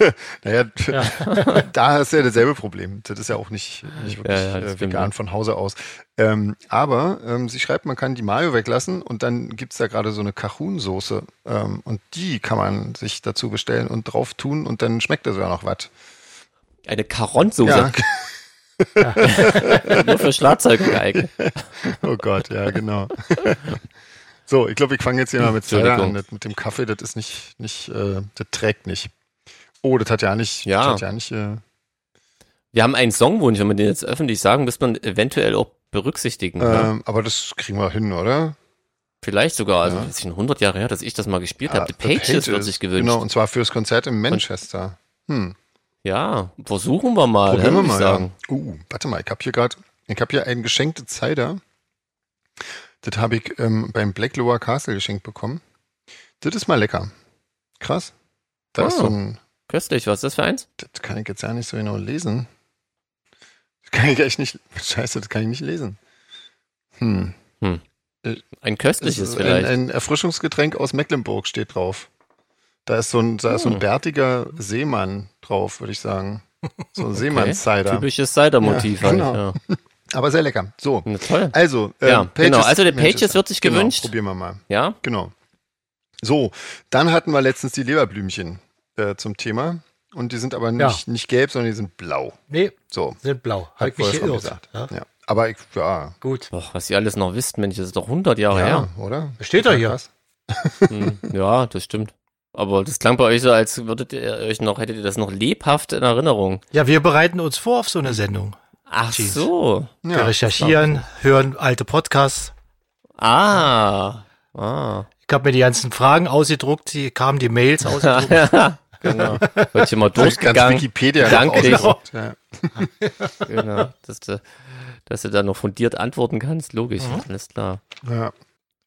[SPEAKER 2] naja, da ist ja dasselbe Problem. Das ist ja auch nicht, nicht wirklich
[SPEAKER 3] Ja, ja, das
[SPEAKER 2] äh,
[SPEAKER 3] stimmt,
[SPEAKER 2] vegan von Hause aus. Ähm, aber ähm, sie schreibt, man kann die Mayo weglassen und dann gibt's da gerade so eine Cajun-Soße. Ähm, und die kann man sich dazu bestellen und drauf tun und dann schmeckt da sogar noch was.
[SPEAKER 3] Eine Karonsoße.
[SPEAKER 2] Ja.
[SPEAKER 3] Nur für Schlagzeug geeignet.
[SPEAKER 2] Oh Gott, ja, genau. so, ich glaube, ich fange jetzt hier mal mit Cider an.
[SPEAKER 3] Entschuldigung.
[SPEAKER 2] Das mit dem Kaffee, das ist nicht, nicht, äh, das trägt nicht. Oh, das hat ja nicht,
[SPEAKER 3] Ja.
[SPEAKER 2] das hat ja nicht, äh,
[SPEAKER 3] Wir haben einen Songwunsch, wenn wir den jetzt öffentlich sagen, müsste man eventuell auch berücksichtigen. ne?
[SPEAKER 2] ähm, aber das kriegen wir hin, oder?
[SPEAKER 3] Vielleicht sogar, also
[SPEAKER 2] ja.
[SPEAKER 3] das ist schon 100 Jahre her, dass ich das mal gespielt
[SPEAKER 2] Ah,
[SPEAKER 3] habe. The
[SPEAKER 2] The
[SPEAKER 3] Pages, wird sich gewünscht.
[SPEAKER 2] Genau, und zwar fürs Konzert in Manchester. Hm,
[SPEAKER 3] Ja, versuchen wir mal.
[SPEAKER 2] probieren
[SPEAKER 3] ne,
[SPEAKER 2] wir
[SPEAKER 3] würd ich
[SPEAKER 2] mal.
[SPEAKER 3] sagen.
[SPEAKER 2] Ja. Uh, warte mal, ich habe hier gerade, ich habe hier einen geschenkten Cider. Das habe ich ähm, beim Blacklower Castle geschenkt bekommen. Das ist mal lecker. Krass. Da ist
[SPEAKER 3] Oh.
[SPEAKER 2] so ein,
[SPEAKER 3] Köstlich, was ist das für eins?
[SPEAKER 2] das kann ich jetzt ja nicht so genau lesen. Das kann ich echt nicht, scheiße, das kann ich nicht lesen. Hm.
[SPEAKER 3] Ein
[SPEAKER 2] Das
[SPEAKER 3] köstliches
[SPEAKER 2] ist Also ein,
[SPEAKER 3] vielleicht.
[SPEAKER 2] ein Erfrischungsgetränk aus Mecklenburg steht drauf. Da ist so ein, da ist so ein
[SPEAKER 3] Hm.
[SPEAKER 2] bärtiger Seemann drauf, würde ich sagen. So ein Seemannscider.
[SPEAKER 3] Typisches Cider-Motiv.
[SPEAKER 2] Ja,
[SPEAKER 3] halt,
[SPEAKER 2] genau.
[SPEAKER 3] ja.
[SPEAKER 2] Aber sehr lecker. So.
[SPEAKER 3] Na, toll.
[SPEAKER 2] Also,
[SPEAKER 3] Ja, genau. Also der Pages wird sich
[SPEAKER 2] Genau,
[SPEAKER 3] gewünscht.
[SPEAKER 2] Probieren wir mal.
[SPEAKER 3] Ja,
[SPEAKER 2] Genau. So, dann hatten wir letztens die Leberblümchen äh, zum Thema. Und die sind aber
[SPEAKER 1] Ja.
[SPEAKER 2] nicht, nicht gelb, sondern die sind blau.
[SPEAKER 1] Nee,
[SPEAKER 2] So,
[SPEAKER 1] sind blau. Habe ich mich
[SPEAKER 2] Wolfram
[SPEAKER 1] geirrt. Ja,
[SPEAKER 2] ja. Aber ich, ja,
[SPEAKER 1] gut.
[SPEAKER 3] Boah, was ihr alles noch wisst, Mensch, das ist doch 100 Jahre
[SPEAKER 2] ja,
[SPEAKER 3] her.
[SPEAKER 2] oder?
[SPEAKER 1] Steht doch hier.
[SPEAKER 2] Krass.
[SPEAKER 3] Hm, ja, das stimmt. Aber das klang bei euch so, als würdet ihr euch noch, hättet ihr das noch lebhaft in Erinnerung.
[SPEAKER 1] Ja, wir bereiten uns vor auf so eine Sendung.
[SPEAKER 3] Ach
[SPEAKER 1] Jeez.
[SPEAKER 3] so.
[SPEAKER 1] Wir
[SPEAKER 2] Ja.
[SPEAKER 1] recherchieren, hören alte Podcasts.
[SPEAKER 3] Ah. Ah.
[SPEAKER 1] Ich habe mir die ganzen Fragen ausgedruckt, die kamen die Mails ausgedruckt.
[SPEAKER 3] Ja, genau. Wird hier mal
[SPEAKER 2] Durch ganz
[SPEAKER 3] durchgegangen.
[SPEAKER 2] Wikipedia noch
[SPEAKER 3] Danke.
[SPEAKER 2] ausgedruckt, ja.
[SPEAKER 3] Genau, dass, du, dass du da noch fundiert antworten kannst. Logisch,
[SPEAKER 2] Mhm.
[SPEAKER 3] alles klar.
[SPEAKER 2] Ja.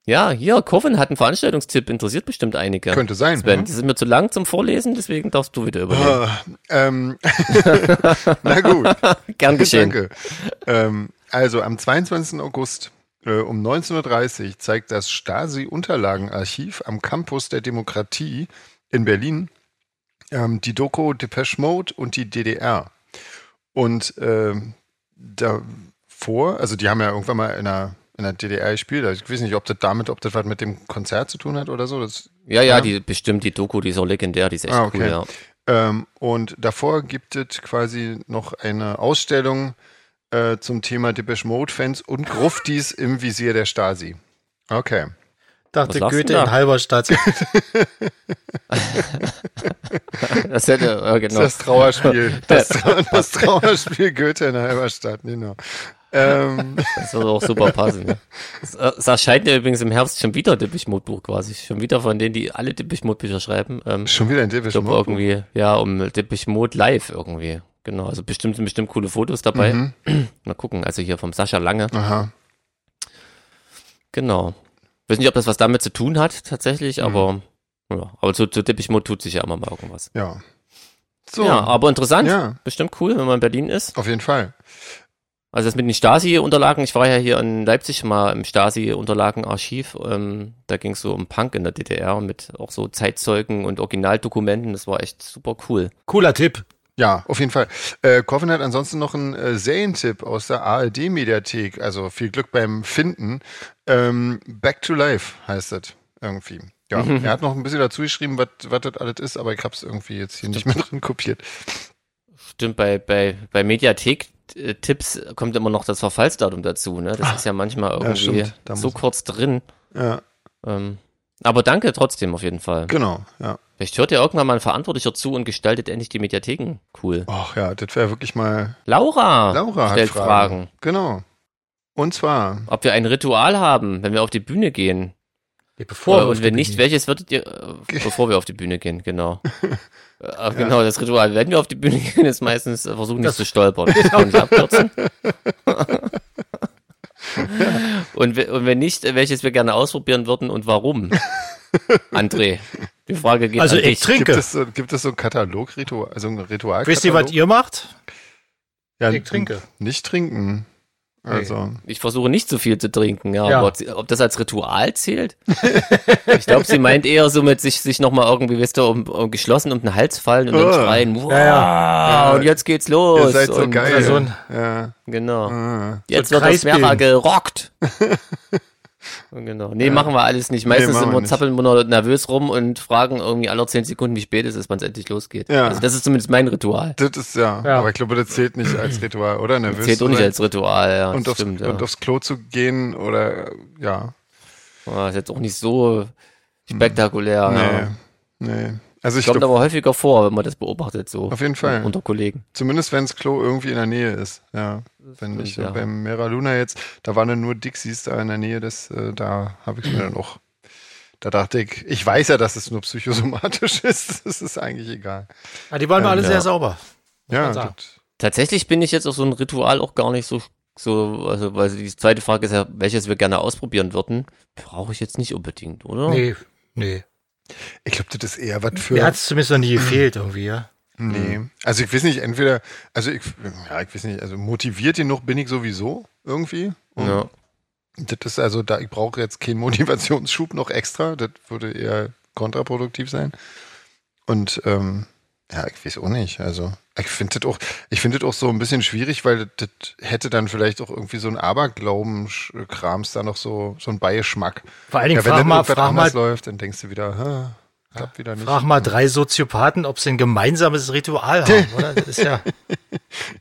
[SPEAKER 3] Ja, hier, Corvin hat einen Veranstaltungstipp, interessiert bestimmt einige.
[SPEAKER 2] Könnte sein. ne?
[SPEAKER 3] Sven, das ist mir zu lang zum Vorlesen, deswegen darfst du wieder übernehmen.
[SPEAKER 2] Ah, ähm, na gut.
[SPEAKER 3] Gern geschehen.
[SPEAKER 2] Danke. Ähm, also am 22. August äh, um 19.30 Uhr zeigt das Stasi-Unterlagenarchiv am Campus der Demokratie in Berlin ähm, die Doku Depeche Mode und die DDR. Und ähm, davor, also die haben ja irgendwann mal in der, in der DDR gespielt. Also Ich weiß nicht, ob das damit, ob das was mit dem Konzert zu tun hat oder so. Das
[SPEAKER 3] Ja, ja,
[SPEAKER 2] Ja.
[SPEAKER 3] die bestimmt die Doku, die ist auch legendär, die ist echt
[SPEAKER 2] Ah, okay.
[SPEAKER 3] cool, ja.
[SPEAKER 2] Ähm, und davor gibt es quasi noch eine Ausstellung äh, zum Thema Depeche Mode-Fans und Gruftis im Visier der Stasi. Okay.
[SPEAKER 1] Dachte
[SPEAKER 3] Was lachst
[SPEAKER 1] Goethe
[SPEAKER 3] du da?
[SPEAKER 1] in Halberstadt.
[SPEAKER 3] Das hätte, ja, genau.
[SPEAKER 2] Das Trauerspiel. Das, Trau- das Trauerspiel Goethe in Halberstadt, genau. Ähm,
[SPEAKER 3] Das würde auch super passen. ja. Es, äh, es erscheint ja übrigens im Herbst schon wieder Dippichmutbuch quasi. Schon wieder von denen, die alle Dippichmutbücher schreiben. Ähm, ich
[SPEAKER 2] schon wieder ein Depeche
[SPEAKER 3] glaube
[SPEAKER 2] Mode.
[SPEAKER 3] irgendwie, ja, um Dippichmut live irgendwie. Genau, also bestimmt sind bestimmt coole Fotos dabei.
[SPEAKER 2] Mhm.
[SPEAKER 3] Mal gucken, also hier vom Sascha Lange.
[SPEAKER 2] Aha.
[SPEAKER 3] Genau. Weiß nicht, ob das was damit zu tun hat, tatsächlich,
[SPEAKER 2] Mhm.
[SPEAKER 3] aber, ja, aber zu, zu Dippichmut tut sich ja immer mal irgendwas.
[SPEAKER 2] Ja. So.
[SPEAKER 3] Ja, aber interessant.
[SPEAKER 2] ja,
[SPEAKER 3] Bestimmt cool, wenn man in Berlin ist.
[SPEAKER 2] auf jeden Fall.
[SPEAKER 3] Also das mit den Stasi-Unterlagen, ich war ja hier in Leipzig mal im Stasi-Unterlagenarchiv, ähm, da ging es so um Punk in der DDR und mit auch so Zeitzeugen und Originaldokumenten, das war echt super cool.
[SPEAKER 1] Cooler Tipp.
[SPEAKER 2] Ja, auf jeden Fall. Äh, Coffin hat ansonsten noch einen äh, Serientipp aus der ARD-Mediathek. Also viel Glück beim Finden. Ähm, Back to Life heißt das irgendwie. Ja,
[SPEAKER 1] Mhm.
[SPEAKER 2] er hat noch ein bisschen dazu geschrieben, was was das alles ist, aber ich hab's irgendwie jetzt hier nicht mehr drin kopiert.
[SPEAKER 3] Stimmt, bei, bei, bei Mediathek-Tipps kommt immer noch das Verfallsdatum dazu, ne? Das ist ja manchmal irgendwie
[SPEAKER 2] Ah, stimmt, da
[SPEAKER 3] so
[SPEAKER 2] muss-
[SPEAKER 3] kurz drin.
[SPEAKER 2] Ja,
[SPEAKER 3] Ähm, aber danke trotzdem auf jeden Fall.
[SPEAKER 2] genau. Ja.
[SPEAKER 3] Vielleicht hört ja irgendwann mal ein Verantwortlicher zu und gestaltet endlich die Mediatheken. Cool.
[SPEAKER 2] Ach ja, das wäre wirklich mal.
[SPEAKER 3] Laura,
[SPEAKER 2] Laura hat
[SPEAKER 3] stellt
[SPEAKER 2] Fragen.
[SPEAKER 3] Fragen.
[SPEAKER 2] Genau. Und zwar,
[SPEAKER 3] Ob wir ein Ritual haben, wenn wir auf die Bühne gehen.
[SPEAKER 1] Nee, Bevor
[SPEAKER 3] Äh, und wenn nicht,
[SPEAKER 1] weg.
[SPEAKER 3] welches würdet ihr, äh, bevor wir auf die Bühne gehen, genau. Äh, Genau, das Ritual. Wenn wir auf die Bühne gehen, ist meistens äh, versuchen, nicht
[SPEAKER 1] Das-
[SPEAKER 3] zu stolpern. Das können wir abkürzen. und, we- und wenn nicht, äh, welches wir gerne ausprobieren würden und warum? André, die Frage geht
[SPEAKER 1] Also
[SPEAKER 3] an
[SPEAKER 1] ich
[SPEAKER 3] dich.
[SPEAKER 2] gibt
[SPEAKER 1] trinke.
[SPEAKER 2] es, so, gibt es so ein Katalogritual, also ein Ritual?
[SPEAKER 1] Wisst ihr, was ihr macht?
[SPEAKER 2] ja,
[SPEAKER 1] Ich trinke.
[SPEAKER 2] Nicht trinken. Also.
[SPEAKER 3] Ich versuche nicht so viel zu trinken, ja.
[SPEAKER 1] Ja.
[SPEAKER 3] Aber ob, sie- ob das als Ritual zählt? ich glaube, sie meint eher so mit sich, sich nochmal irgendwie, wisst ihr, um, um geschlossen um den Hals fallen und dann
[SPEAKER 2] Ah.
[SPEAKER 3] schreien, wow,
[SPEAKER 1] Ah.
[SPEAKER 2] Ja.
[SPEAKER 3] Ah, und jetzt geht's los.
[SPEAKER 2] Ihr seid so
[SPEAKER 3] und, also,
[SPEAKER 2] geil.
[SPEAKER 1] oder so ein-
[SPEAKER 2] ja.
[SPEAKER 3] Genau.
[SPEAKER 2] Ah.
[SPEAKER 3] Jetzt
[SPEAKER 1] so ein
[SPEAKER 3] wird das
[SPEAKER 1] Kreis
[SPEAKER 3] Mehrfach
[SPEAKER 1] bilden.
[SPEAKER 3] gerockt. Genau. Nee, machen wir alles nicht. Meistens
[SPEAKER 2] machen
[SPEAKER 3] sind
[SPEAKER 2] wir
[SPEAKER 3] wir
[SPEAKER 2] nicht.
[SPEAKER 3] zappeln wir nur nervös rum und fragen irgendwie alle 10 Sekunden, wie spät es ist, wann es endlich losgeht.
[SPEAKER 2] Ja.
[SPEAKER 3] Also das ist zumindest mein Ritual.
[SPEAKER 2] Das ist ja,
[SPEAKER 1] Ja.
[SPEAKER 2] aber ich glaube, das zählt nicht als Ritual, oder? Nervös
[SPEAKER 3] Zählt auch nicht
[SPEAKER 2] sein
[SPEAKER 3] als Ritual, ja.
[SPEAKER 2] und
[SPEAKER 3] das
[SPEAKER 2] aufs,
[SPEAKER 3] stimmt, ja.
[SPEAKER 2] und aufs Klo zu gehen oder äh, ja.
[SPEAKER 3] Ah, ist jetzt auch nicht so spektakulär. ja.
[SPEAKER 2] Hm. Nee. Nee. Also ich
[SPEAKER 3] Kommt
[SPEAKER 2] glaube,
[SPEAKER 3] aber häufiger vor, wenn man das beobachtet, so.
[SPEAKER 2] Auf jeden Fall.
[SPEAKER 3] Unter Kollegen.
[SPEAKER 2] zumindest wenn das Klo irgendwie in der Nähe ist. Ja. Wenn ich
[SPEAKER 3] ja.
[SPEAKER 2] beim Mera Luna jetzt, da waren dann nur Dixies da in der Nähe, das, äh, da habe ich mir dann auch. Da dachte ich, ich weiß ja, dass es nur psychosomatisch ist. Das ist eigentlich egal.
[SPEAKER 1] Ja, Ah, die waren mir alle
[SPEAKER 3] ja.
[SPEAKER 1] sehr sauber.
[SPEAKER 2] Ja,
[SPEAKER 1] man sagen.
[SPEAKER 2] das,
[SPEAKER 3] Tatsächlich bin ich jetzt auf so ein Ritual auch gar nicht so, so, also, weil die zweite Frage ist ja, welches wir gerne ausprobieren würden. Brauche ich jetzt nicht unbedingt, oder?
[SPEAKER 1] Nee, nee.
[SPEAKER 2] ich glaube, das ist eher was für.
[SPEAKER 1] Mir hat es zumindest noch nie gefehlt irgendwie, ja.
[SPEAKER 2] Nee. Also ich weiß nicht, entweder, also ich, ja, ich weiß nicht, also motiviert genug bin ich sowieso irgendwie. Und
[SPEAKER 3] Ja.
[SPEAKER 2] Das ist also, da ich brauche jetzt keinen Motivationsschub noch extra. Das würde eher kontraproduktiv sein. Und ähm, ja, ich weiß auch nicht. Also ich finde das auch, ich finde das auch so ein bisschen schwierig, weil das, das hätte dann vielleicht auch irgendwie so ein Aberglauben-Krams da noch so, so ein Beigeschmack.
[SPEAKER 1] Vor allen Dingen
[SPEAKER 2] Ja, wenn
[SPEAKER 1] frag,
[SPEAKER 2] dann
[SPEAKER 1] mal,
[SPEAKER 2] irgendwas
[SPEAKER 1] frag,
[SPEAKER 2] anders
[SPEAKER 1] mal,
[SPEAKER 2] läuft, dann denkst du wieder, ha, klappt wieder nicht.
[SPEAKER 1] frag mal drei Soziopathen, ob sie ein gemeinsames Ritual haben, oder? Das ist ja,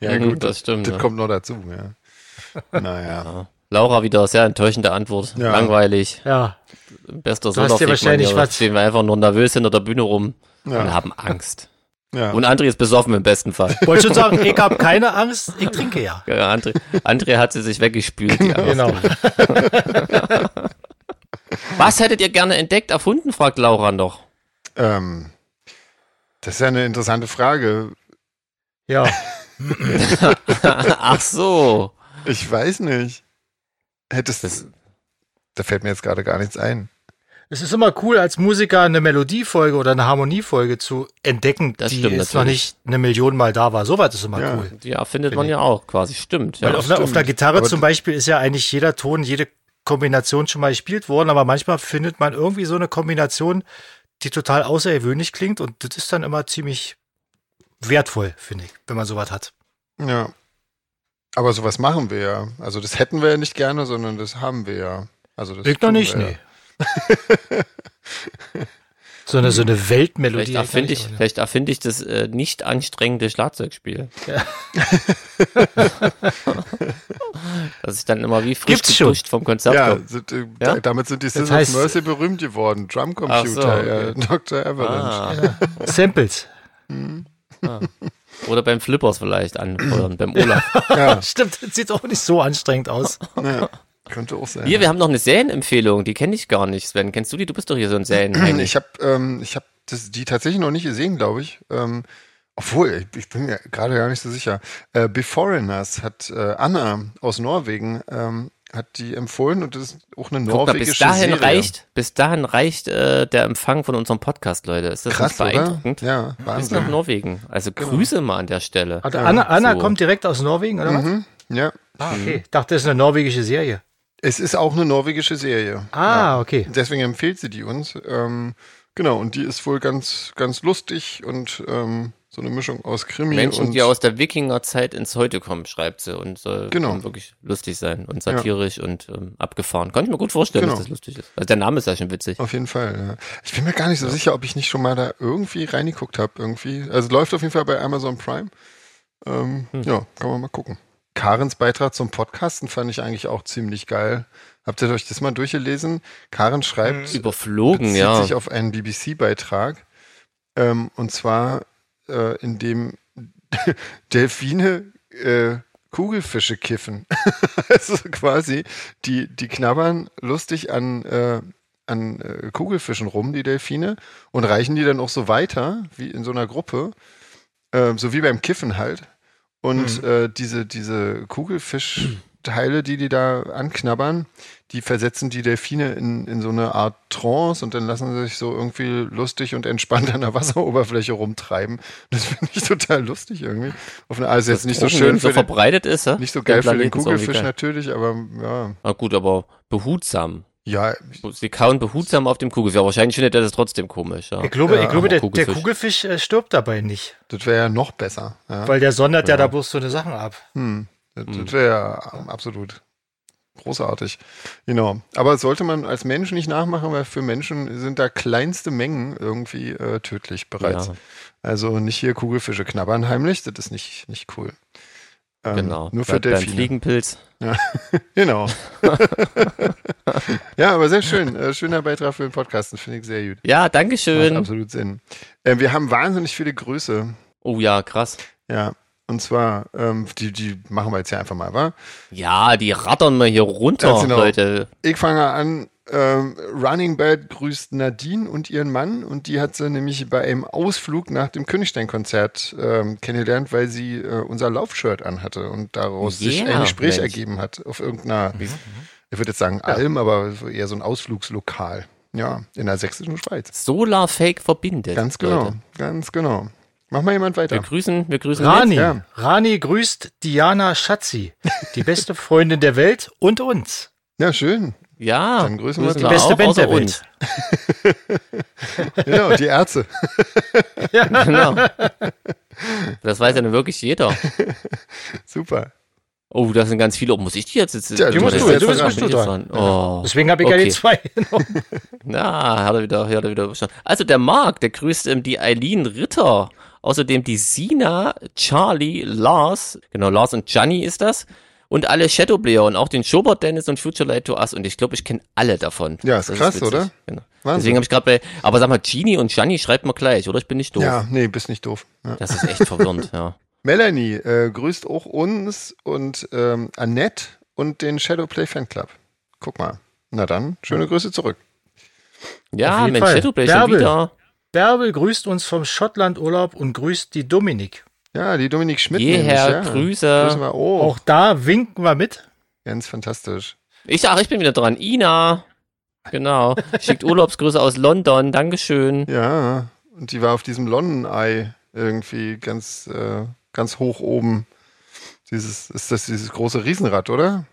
[SPEAKER 2] ja,
[SPEAKER 3] Mhm,
[SPEAKER 2] gut,
[SPEAKER 3] das stimmt,
[SPEAKER 2] Das
[SPEAKER 3] ja.
[SPEAKER 2] kommt noch dazu, ja. Naja.
[SPEAKER 3] Laura wieder, sehr enttäuschende Antwort.
[SPEAKER 2] Ja.
[SPEAKER 3] Langweilig.
[SPEAKER 1] ja.
[SPEAKER 3] Bester
[SPEAKER 1] Du hast dir wahrscheinlich was-
[SPEAKER 3] Stehen wir einfach nur nervös hinter der Bühne rum
[SPEAKER 2] Ja.
[SPEAKER 3] und haben Angst.
[SPEAKER 2] Ja.
[SPEAKER 3] Und André ist besoffen im besten Fall.
[SPEAKER 1] Wollte schon sagen, ich habe keine Angst, ich trinke ja.
[SPEAKER 3] Ja, André, André hat sie sich weggespült. Die Angst.
[SPEAKER 1] Genau.
[SPEAKER 3] Was hättet ihr gerne entdeckt, erfunden, fragt Laura noch.
[SPEAKER 2] ähm, das ist ja eine interessante Frage.
[SPEAKER 1] Ja.
[SPEAKER 3] Ach so.
[SPEAKER 2] Ich weiß nicht. Hättest
[SPEAKER 3] Das-
[SPEAKER 2] Da fällt mir jetzt gerade gar nichts ein.
[SPEAKER 1] Es ist immer cool, als Musiker eine Melodiefolge oder eine Harmoniefolge zu entdecken,
[SPEAKER 3] Das
[SPEAKER 1] die
[SPEAKER 3] stimmt
[SPEAKER 1] jetzt noch
[SPEAKER 3] natürlich.
[SPEAKER 1] nicht eine Million Mal da war. Soweit ist immer
[SPEAKER 2] Ja.
[SPEAKER 1] cool.
[SPEAKER 3] Ja, findet man ja auch quasi. Stimmt.
[SPEAKER 1] Weil
[SPEAKER 3] Ja.
[SPEAKER 1] auf, einer, auf einer Gitarre
[SPEAKER 2] Aber
[SPEAKER 1] zum Beispiel ist ja eigentlich jeder Ton, jede Kombination schon mal gespielt worden, aber manchmal findet man irgendwie so eine Kombination, die total außergewöhnlich klingt und das ist dann immer ziemlich wertvoll, finde ich, wenn man sowas hat.
[SPEAKER 2] Ja. Aber sowas machen wir ja. Also das hätten wir ja nicht gerne, sondern das haben wir ja. Also das
[SPEAKER 1] Ich noch
[SPEAKER 2] tun
[SPEAKER 1] nicht,
[SPEAKER 2] wir
[SPEAKER 1] nee. so, eine, so eine Weltmelodie.
[SPEAKER 3] Vielleicht erfinde ich,
[SPEAKER 1] aber, ne?
[SPEAKER 3] vielleicht erfinde ich das äh, nicht anstrengende Schlagzeugspiel. Dass ich dann immer wie frisch
[SPEAKER 1] Gibt's schon.
[SPEAKER 3] geduscht vom Konzert
[SPEAKER 2] Ja,
[SPEAKER 3] komme.
[SPEAKER 2] sind, äh,
[SPEAKER 3] Ja?
[SPEAKER 2] da- damit sind die Sisters
[SPEAKER 1] heißt-
[SPEAKER 2] of Mercy berühmt geworden. Drumcomputer,
[SPEAKER 3] Ach so, okay.
[SPEAKER 2] äh, Dr. Avalanche.
[SPEAKER 3] Ah.
[SPEAKER 1] Samples.
[SPEAKER 3] Oder beim Flippers vielleicht anfeuern, beim Olaf.
[SPEAKER 1] Stimmt, das sieht auch nicht so anstrengend aus.
[SPEAKER 2] Ja. Könnte auch sein.
[SPEAKER 3] Hier, wir haben noch eine Serienempfehlung, die kenne ich gar nicht, Sven. Kennst du die? Du bist doch hier so ein Serien.
[SPEAKER 2] Ich habe ähm, ich hab das, die tatsächlich noch nicht gesehen, glaube ich. Ähm, obwohl, ich, ich bin mir gerade gar nicht so sicher. Äh, Beforeigners hat äh, Anna aus Norwegen ähm, hat die empfohlen und das ist auch eine
[SPEAKER 3] Guck mal, bis
[SPEAKER 2] norwegische
[SPEAKER 3] dahin
[SPEAKER 2] Serie.
[SPEAKER 3] reicht, bis dahin reicht äh, der Empfang von unserem Podcast, Leute. Ist das
[SPEAKER 2] Krass,
[SPEAKER 3] nicht
[SPEAKER 2] oder?
[SPEAKER 3] beeindruckend?
[SPEAKER 2] Ja,
[SPEAKER 3] Bis nach
[SPEAKER 2] Wahnsinn.
[SPEAKER 3] Norwegen. Also Grüße mal an der Stelle.
[SPEAKER 1] Also Anna, Anna
[SPEAKER 3] so. Mhm.
[SPEAKER 1] kommt direkt aus Norwegen, oder was?
[SPEAKER 2] Mhm, ja.
[SPEAKER 1] Ah, okay. Ich dachte, das ist eine norwegische Serie.
[SPEAKER 2] Es ist auch eine norwegische Serie.
[SPEAKER 1] Ah, okay.
[SPEAKER 2] Deswegen empfiehlt sie die uns. Ähm, genau, und die ist wohl ganz, ganz lustig und ähm, so eine Mischung aus Krimi
[SPEAKER 3] Menschen,
[SPEAKER 2] und
[SPEAKER 3] die aus der Wikingerzeit ins Heute kommen, schreibt sie und soll
[SPEAKER 2] Genau.
[SPEAKER 3] soll wirklich lustig sein und satirisch und ähm, abgefahren. Kann ich mir gut vorstellen,
[SPEAKER 2] Genau. Oh,
[SPEAKER 3] dass das lustig ist. Also der Name ist ja schon witzig.
[SPEAKER 2] Auf jeden Fall. Ja. Ich bin mir gar nicht so sicher, ob ich nicht schon mal da irgendwie reingeguckt habe. Irgendwie. Also läuft auf jeden Fall bei Amazon Prime. Ähm, Ja, kann man mal gucken. Karens Beitrag zum Podcasten fand ich eigentlich auch ziemlich geil. Habt ihr euch das mal durchgelesen? Karen
[SPEAKER 3] Hm.
[SPEAKER 2] schreibt,
[SPEAKER 3] Überflogen,
[SPEAKER 2] bezieht
[SPEAKER 3] ja.
[SPEAKER 2] sich auf einen BBC-Beitrag. Ähm, und zwar, äh, in dem Delfine äh, Kugelfische kiffen. also quasi, die, die knabbern lustig an, äh, an äh, Kugelfischen rum, die Delfine, und reichen die dann auch so weiter, wie in so einer Gruppe, ähm, so wie beim Kiffen halt. Und äh, diese, diese Kugelfischteile, die die da anknabbern, die versetzen die Delfine in, in so eine Art Trance und dann lassen sie sich so irgendwie lustig und entspannt an der Wasseroberfläche rumtreiben. Das finde ich total lustig irgendwie. Auf eine, also jetzt nicht so
[SPEAKER 3] Drogennehmen
[SPEAKER 2] schön
[SPEAKER 3] so
[SPEAKER 2] für den,
[SPEAKER 3] verbreitet ist, ja?
[SPEAKER 2] nicht so geil für den
[SPEAKER 3] Planeten ist irgendwie
[SPEAKER 2] Kugelfisch
[SPEAKER 3] geil.
[SPEAKER 2] natürlich, aber ja.
[SPEAKER 3] Ah, gut, aber behutsam.
[SPEAKER 2] Ja,
[SPEAKER 3] Sie kauen behutsam auf dem Kugelfisch. Aber wahrscheinlich findet er das trotzdem komisch. Ja.
[SPEAKER 1] Ich glaube, ich glaube
[SPEAKER 3] aber
[SPEAKER 1] der,
[SPEAKER 3] Kugelfisch.
[SPEAKER 1] der Kugelfisch äh, stirbt dabei nicht,
[SPEAKER 2] das wäre ja noch besser. Ja.
[SPEAKER 3] Hm.
[SPEAKER 1] weil der sondert ja, da bloß so eine Sachen ab.
[SPEAKER 2] Hm. Das, das wäre ja ähm, absolut großartig. Genau. Aber das sollte man als Mensch nicht nachmachen, weil für Menschen sind da kleinste Mengen irgendwie äh, tödlich bereits.
[SPEAKER 3] Ja.
[SPEAKER 2] Also nicht hier Kugelfische knabbern heimlich, das ist nicht, nicht cool. Ähm,
[SPEAKER 3] Genau.
[SPEAKER 2] Nur für
[SPEAKER 3] Bleibt beim
[SPEAKER 2] Delfine.
[SPEAKER 3] Fliegenpilz.
[SPEAKER 2] Genau. ja, aber sehr schön. Äh, schöner Beitrag für den Podcast, das finde ich sehr gut.
[SPEAKER 3] Ja,
[SPEAKER 2] Macht
[SPEAKER 3] Dankeschön.
[SPEAKER 2] absolut Sinn. Äh, wir haben wahnsinnig viele Grüße.
[SPEAKER 3] Oh ja, krass.
[SPEAKER 2] Ja. Und zwar, ähm, die, die machen wir jetzt ja einfach mal, wa?
[SPEAKER 3] Ja, die rattern mal hier runter,
[SPEAKER 2] Ganz genau.
[SPEAKER 3] Leute.
[SPEAKER 2] Ich fange an. Ähm, Running Bad grüßt Nadine und ihren Mann und die hat sie nämlich bei einem Ausflug nach dem Königstein-Konzert ähm, kennengelernt, weil sie äh, unser Laufshirt anhatte und daraus sich
[SPEAKER 3] Ja,
[SPEAKER 2] ein Gespräch
[SPEAKER 3] Mensch. Mhm,
[SPEAKER 2] ergeben hat auf irgendeiner, ich würde jetzt sagen Alm, aber so eher so ein Ausflugslokal. Ja, in der sächsischen Schweiz.
[SPEAKER 3] Solarfake verbindet.
[SPEAKER 2] Ganz genau,
[SPEAKER 3] Leute.
[SPEAKER 2] ganz genau. Mach mal jemand
[SPEAKER 3] Wir
[SPEAKER 2] weiter.
[SPEAKER 3] grüßen, wir grüßen.
[SPEAKER 1] Rani,
[SPEAKER 3] jetzt.
[SPEAKER 2] Ja.
[SPEAKER 1] Rani grüßt Diana Schatzi, die beste Freundin der Welt und uns.
[SPEAKER 2] Ja, schön.
[SPEAKER 3] Ja.
[SPEAKER 2] Dann grüßen wir
[SPEAKER 1] Die beste
[SPEAKER 3] auch,
[SPEAKER 1] Band
[SPEAKER 3] außer
[SPEAKER 1] der Welt.
[SPEAKER 3] uns.
[SPEAKER 2] Genau, die Ärzte.
[SPEAKER 3] Genau.
[SPEAKER 1] Genau.
[SPEAKER 3] Das weiß ja nun wirklich jeder.
[SPEAKER 2] Super.
[SPEAKER 3] Oh, das sind ganz viele. Oh, muss ich die jetzt jetzt?
[SPEAKER 2] Ja, die
[SPEAKER 3] muss
[SPEAKER 2] musst
[SPEAKER 3] ich
[SPEAKER 2] du,
[SPEAKER 3] jetzt
[SPEAKER 2] du bist-
[SPEAKER 3] dran?
[SPEAKER 1] bist
[SPEAKER 3] Bin
[SPEAKER 1] du
[SPEAKER 3] ich
[SPEAKER 1] dran.
[SPEAKER 3] jetzt Oh.
[SPEAKER 1] Deswegen habe ich ja
[SPEAKER 3] Okay.
[SPEAKER 1] die zwei genommen.
[SPEAKER 3] Na, hat er wieder, hat er wieder überstanden. Also der Marc, der grüßt ähm, die Eileen Ritter. Außerdem die Sina, Charlie, Lars, genau, Lars und Gianni ist das. Und alle Shadowplayer und auch den Schobert Dennis und Future Light to Us. Und ich glaube, ich kenne alle davon.
[SPEAKER 2] Ja, ist
[SPEAKER 3] Das
[SPEAKER 2] krass,
[SPEAKER 3] witzig.
[SPEAKER 2] oder?
[SPEAKER 3] Genau.
[SPEAKER 2] Wahnsinn.
[SPEAKER 3] Deswegen habe ich gerade bei, aber sag mal, Genie und Gianni schreibt mal gleich, oder? Ich bin nicht doof.
[SPEAKER 2] Ja, nee, bist nicht doof. Ja.
[SPEAKER 3] Das ist echt verwirrend, ja.
[SPEAKER 2] Melanie äh, grüßt auch uns und ähm, Annette und den Shadowplay Fanclub. Guck mal. Na dann, schöne Grüße zurück.
[SPEAKER 1] Auf
[SPEAKER 3] Ja,
[SPEAKER 1] jeden
[SPEAKER 3] Mensch,
[SPEAKER 1] Fall.
[SPEAKER 3] Shadowplay schon
[SPEAKER 1] Bärbel.
[SPEAKER 3] wieder.
[SPEAKER 1] Bärbel grüßt uns vom Schottlandurlaub und grüßt die Dominik.
[SPEAKER 2] Ja, die Dominik Schmidt.
[SPEAKER 3] Jeher,
[SPEAKER 2] nämlich, ja.
[SPEAKER 3] Grüße.
[SPEAKER 2] Grüßen wir auch.
[SPEAKER 1] Auch da winken wir mit.
[SPEAKER 2] Ganz fantastisch.
[SPEAKER 3] Ich, ach, ich bin wieder dran. Ina. Genau. Schickt Urlaubsgrüße aus London. Dankeschön.
[SPEAKER 2] Ja, und die war auf diesem Lonnenei irgendwie ganz, äh, ganz hoch oben. Dieses, ist das dieses große Riesenrad, oder?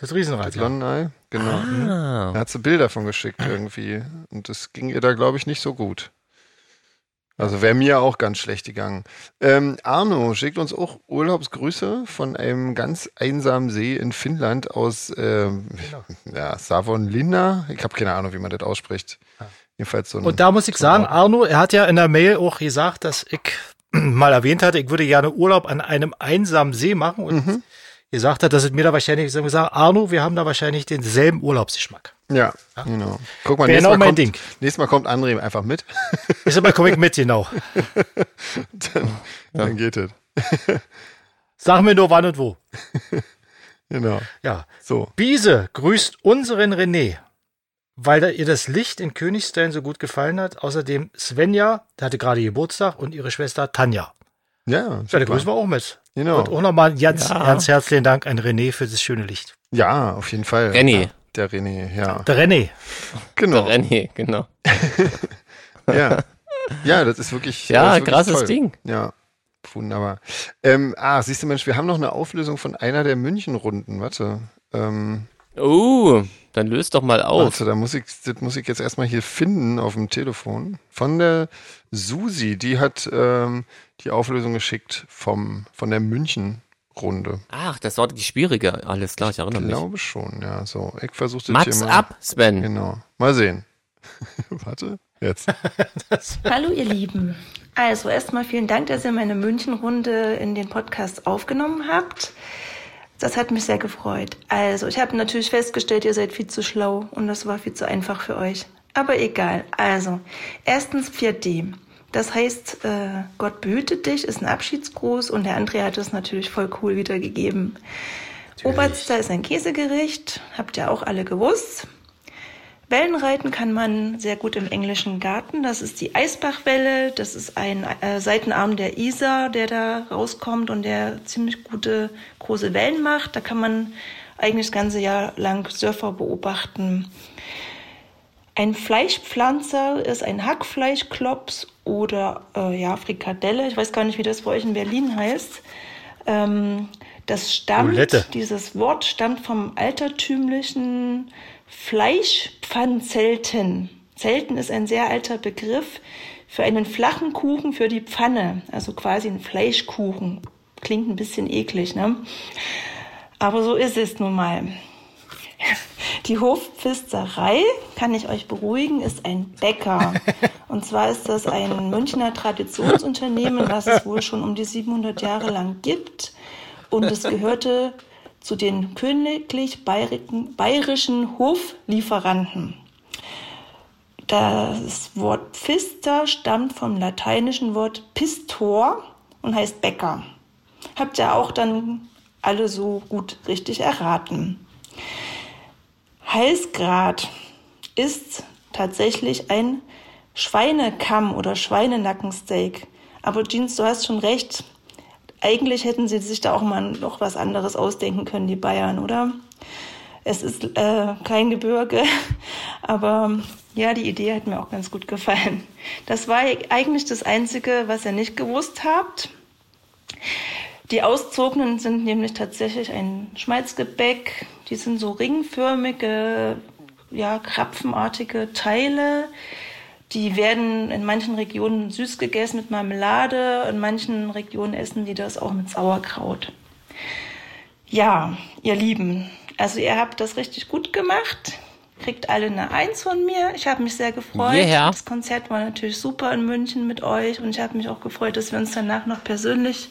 [SPEAKER 1] Das Riesenrad.
[SPEAKER 2] Das
[SPEAKER 1] Ja.
[SPEAKER 2] Lonnenei? Genau.
[SPEAKER 3] Ah.
[SPEAKER 2] Da hat sie Bilder von geschickt irgendwie. Und das ging ihr da, glaube ich, nicht so gut. Also wäre mir auch ganz schlecht gegangen. Ähm, Arno schickt uns auch Urlaubsgrüße von einem ganz einsamen See in Finnland aus ähm, ja, Savonlinna. Ich habe keine Ahnung, wie man das ausspricht. Jedenfalls so ein.
[SPEAKER 1] Ah. Und da muss ich sagen, Arno, er hat ja in der Mail auch gesagt, dass ich mal erwähnt hatte, ich würde gerne Urlaub an einem einsamen See machen und gesagt hat, dass es mir da wahrscheinlich, so gesagt, Arno, wir haben da wahrscheinlich denselben Urlaubsgeschmack.
[SPEAKER 2] ja, genau. Guck mal,
[SPEAKER 1] Ah. Wär
[SPEAKER 2] nächstes
[SPEAKER 1] genau
[SPEAKER 2] mal,
[SPEAKER 1] mein
[SPEAKER 2] kommt,
[SPEAKER 1] Ding.
[SPEAKER 2] nächstes Mal kommt André einfach mit.
[SPEAKER 1] Ist aber Comic mit, genau.
[SPEAKER 2] dann, dann geht es.
[SPEAKER 1] Sag mir nur wann und wo.
[SPEAKER 2] Genau.
[SPEAKER 1] Ja.
[SPEAKER 2] So.
[SPEAKER 1] Biese grüßt unseren René, weil da ihr das Licht in Königstein so gut gefallen hat. Außerdem Svenja, die hatte gerade Geburtstag, und ihre Schwester Tanja.
[SPEAKER 2] Ja,
[SPEAKER 1] Ja, da
[SPEAKER 2] super.
[SPEAKER 1] grüßen wir auch mit.
[SPEAKER 2] Genau.
[SPEAKER 1] Und auch nochmal ganz,
[SPEAKER 3] Ja.
[SPEAKER 1] ganz herzlichen Dank an René für das schöne Licht.
[SPEAKER 2] ja, auf jeden Fall.
[SPEAKER 3] René.
[SPEAKER 2] Ja, der René, ja.
[SPEAKER 1] Der René.
[SPEAKER 2] Genau.
[SPEAKER 3] René, genau.
[SPEAKER 2] Ja. Ja, das ist wirklich.
[SPEAKER 3] Ja,
[SPEAKER 2] das ist wirklich
[SPEAKER 3] krasses Ding.
[SPEAKER 2] Ja, wunderbar. Ähm, ah, siehst du, Mensch, wir haben noch eine Auflösung von einer der München-Runden. Warte. Ähm,
[SPEAKER 3] Oh, dann löst doch mal auf.
[SPEAKER 2] warte, da muss ich, das muss ich jetzt erstmal hier finden auf dem Telefon. Von der Susi, die hat ähm, die Auflösung geschickt vom, von der München-Runde.
[SPEAKER 3] Ach, das war die schwierige. Alles klar, ich erinnere
[SPEAKER 2] Ich
[SPEAKER 3] mich.
[SPEAKER 2] glaube schon, ja. So, Genau, ich versuche das
[SPEAKER 3] Mats
[SPEAKER 2] hier mal.
[SPEAKER 3] ab, Sven.
[SPEAKER 2] Genau. Mal sehen. warte, jetzt.
[SPEAKER 4] Hallo ihr Lieben. Also erstmal vielen Dank, dass ihr meine München-Runde in den Podcast aufgenommen habt. Das hat mich sehr gefreut. Also ich habe natürlich festgestellt, ihr seid viel zu schlau und das war viel zu einfach für euch. Aber egal. Also erstens 4D. Das heißt, äh, Gott behüte dich ist ein Abschiedsgruß und der André hat es natürlich voll cool wiedergegeben. Oberster ist ein Käsegericht, habt ihr auch alle gewusst. Wellenreiten kann man sehr gut im englischen Garten. Das ist die Eisbachwelle. Das ist ein äh, Seitenarm der Isar, der da rauskommt und der ziemlich gute große Wellen macht. Da kann man eigentlich das ganze Jahr lang Surfer beobachten. Ein Fleischpflanzer ist ein Hackfleischklops oder äh, ja, Frikadelle. Ich weiß gar nicht, wie das bei euch in Berlin heißt. Ähm, das stammt,
[SPEAKER 1] Roulette.
[SPEAKER 4] dieses Wort stammt vom altertümlichen Fleischpfannzelten. Zelten ist ein sehr alter Begriff für einen flachen Kuchen für die Pfanne, also quasi ein Fleischkuchen. Klingt ein bisschen eklig, ne? Aber so ist es nun mal. Die Hofpfisterei, kann ich euch beruhigen, ist ein Bäcker. Und zwar ist das ein Münchner Traditionsunternehmen, was es wohl schon um die 700 Jahre lang gibt. Und es gehörte zu den königlich bayerischen- bayerischen Hoflieferanten. Das Wort Pfister stammt vom lateinischen Wort Pistor und heißt Bäcker. Habt ihr auch dann alle so gut richtig erraten. Halsgrad ist tatsächlich ein Schweinekamm oder Schweinenackensteak. Aber Jeans, du hast schon recht. Eigentlich hätten sie sich da auch mal noch was anderes ausdenken können, die Bayern, oder? Es ist äh, kein Gebirge, aber ja, die Idee hat mir auch ganz gut gefallen. Das war eigentlich das Einzige, was ihr nicht gewusst habt. Die Auszogenen sind nämlich tatsächlich ein Schmalzgebäck. Die sind so ringförmige, ja, krapfenartige Teile. Die werden in manchen Regionen süß gegessen mit Marmelade, in manchen Regionen essen die das auch mit Sauerkraut. Ja, ihr Lieben, also ihr habt das richtig gut gemacht. Kriegt alle eine Eins von mir. Ich habe mich sehr gefreut.
[SPEAKER 3] Yeah.
[SPEAKER 4] Das Konzert war natürlich super in München mit euch und ich habe mich auch gefreut, dass wir uns danach noch persönlich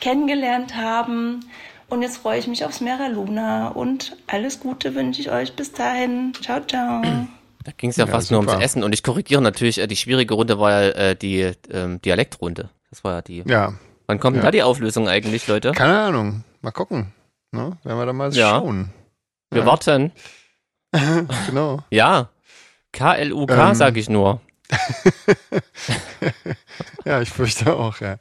[SPEAKER 4] kennengelernt haben. Und jetzt freue ich mich aufs Mera Luna und alles Gute wünsche ich euch bis dahin. Ciao, ciao.
[SPEAKER 3] Da ging es ja,
[SPEAKER 2] Ja,
[SPEAKER 3] fast nur
[SPEAKER 2] super.
[SPEAKER 3] ums Essen. Und ich korrigiere natürlich, äh, die schwierige Runde war ja äh, die ähm, Dialektrunde. Das war ja die.
[SPEAKER 2] Ja,
[SPEAKER 3] Wann kommt denn
[SPEAKER 2] Ja.
[SPEAKER 3] da die Auflösung eigentlich, Leute?
[SPEAKER 2] keine Ahnung. Mal gucken. Ne? Werden wir da mal
[SPEAKER 3] Ja.
[SPEAKER 2] schauen.
[SPEAKER 3] Wir
[SPEAKER 2] ja.
[SPEAKER 3] warten.
[SPEAKER 2] Genau.
[SPEAKER 3] Ja. K-L-U-K,
[SPEAKER 2] Ähm.
[SPEAKER 3] sag ich nur.
[SPEAKER 2] Ja, ich fürchte auch, ja.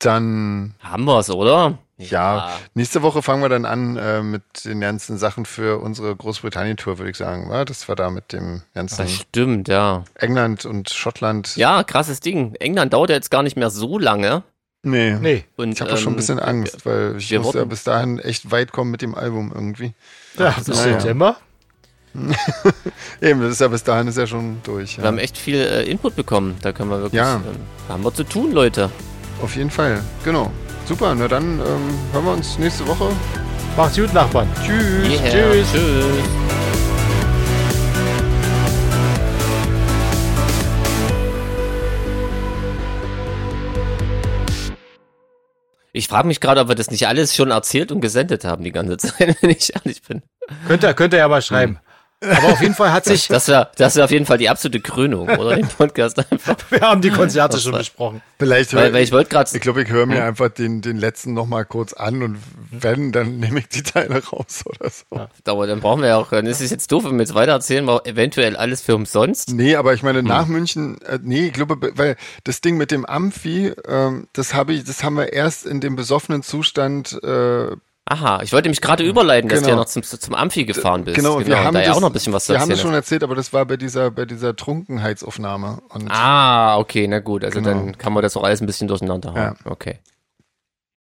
[SPEAKER 2] Dann
[SPEAKER 3] Haben wir's, oder?
[SPEAKER 2] Ja, nächste Woche fangen wir dann an äh, mit den ganzen Sachen für unsere Großbritannien-Tour, würde ich sagen. wa? Das war da mit dem ganzen
[SPEAKER 3] Das stimmt, ja.
[SPEAKER 2] England und Schottland.
[SPEAKER 3] Ja, krasses Ding. England dauert ja jetzt gar nicht mehr so lange.
[SPEAKER 2] Nee.
[SPEAKER 1] Nee.
[SPEAKER 3] Und,
[SPEAKER 2] Ich habe doch schon ein
[SPEAKER 3] ähm,
[SPEAKER 2] bisschen Angst, weil ich
[SPEAKER 3] wir
[SPEAKER 2] muss ja
[SPEAKER 3] wurden-
[SPEAKER 2] bis dahin echt weit kommen mit dem Album irgendwie.
[SPEAKER 1] Ja, bis
[SPEAKER 2] naja.
[SPEAKER 1] September.
[SPEAKER 2] Eben, das ist ja bis dahin ist ja schon durch.
[SPEAKER 3] Wir
[SPEAKER 2] Ja.
[SPEAKER 3] haben echt viel äh, Input bekommen. Da können wir wirklich.
[SPEAKER 2] Ja.
[SPEAKER 3] Ähm, da haben wir zu tun, Leute.
[SPEAKER 2] Auf jeden Fall. Genau. Super, na dann ähm, hören wir uns nächste Woche.
[SPEAKER 1] Macht's gut, Nachbarn.
[SPEAKER 2] Tschüss.
[SPEAKER 3] Yeah.
[SPEAKER 1] Tschüss.
[SPEAKER 3] Tschüss. Ich frage mich gerade, ob wir das nicht alles schon erzählt und gesendet haben die ganze Zeit, wenn ich ehrlich bin.
[SPEAKER 1] Könnt ihr, könnt ihr ja mal schreiben. Aber auf jeden Fall hat sich,
[SPEAKER 3] Das wäre das wär auf jeden Fall die absolute Krönung, oder? Den Podcast einfach.
[SPEAKER 1] wir haben die Konzerte
[SPEAKER 3] Das
[SPEAKER 1] schon
[SPEAKER 3] war-
[SPEAKER 1] besprochen.
[SPEAKER 2] Vielleicht hör-
[SPEAKER 3] Weil, weil ich wollte
[SPEAKER 2] Ich
[SPEAKER 3] gerade.
[SPEAKER 2] glaube, ich höre mir
[SPEAKER 3] Hm?
[SPEAKER 2] einfach den, den letzten nochmal kurz an und wenn, dann nehme ich die Teile raus oder so.
[SPEAKER 3] Aber dann brauchen wir ja auch. Dann ist es jetzt doof, wenn wir jetzt weiter erzählen, weil eventuell alles für umsonst.
[SPEAKER 2] Nee, aber ich meine,
[SPEAKER 3] Hm.
[SPEAKER 2] nach München, äh, nee, ich glaube, be- weil das Ding mit dem Amphi, ähm, das habe ich, das haben wir erst in dem besoffenen Zustand, äh,
[SPEAKER 3] Aha, ich wollte mich gerade überleiten, dass du ja
[SPEAKER 2] Genau.
[SPEAKER 3] noch zum, zum Amphi gefahren bist.
[SPEAKER 2] genau, und wir haben
[SPEAKER 3] da ja
[SPEAKER 2] das,
[SPEAKER 3] auch noch ein bisschen was zu
[SPEAKER 2] Wir haben
[SPEAKER 3] erzählen.
[SPEAKER 2] das schon erzählt, aber das war bei dieser, bei dieser Trunkenheitsaufnahme. Und
[SPEAKER 3] Ah, okay, na gut, also
[SPEAKER 2] Genau.
[SPEAKER 3] dann kann man das auch alles ein bisschen durcheinander hauen.
[SPEAKER 2] Ja.
[SPEAKER 3] Okay.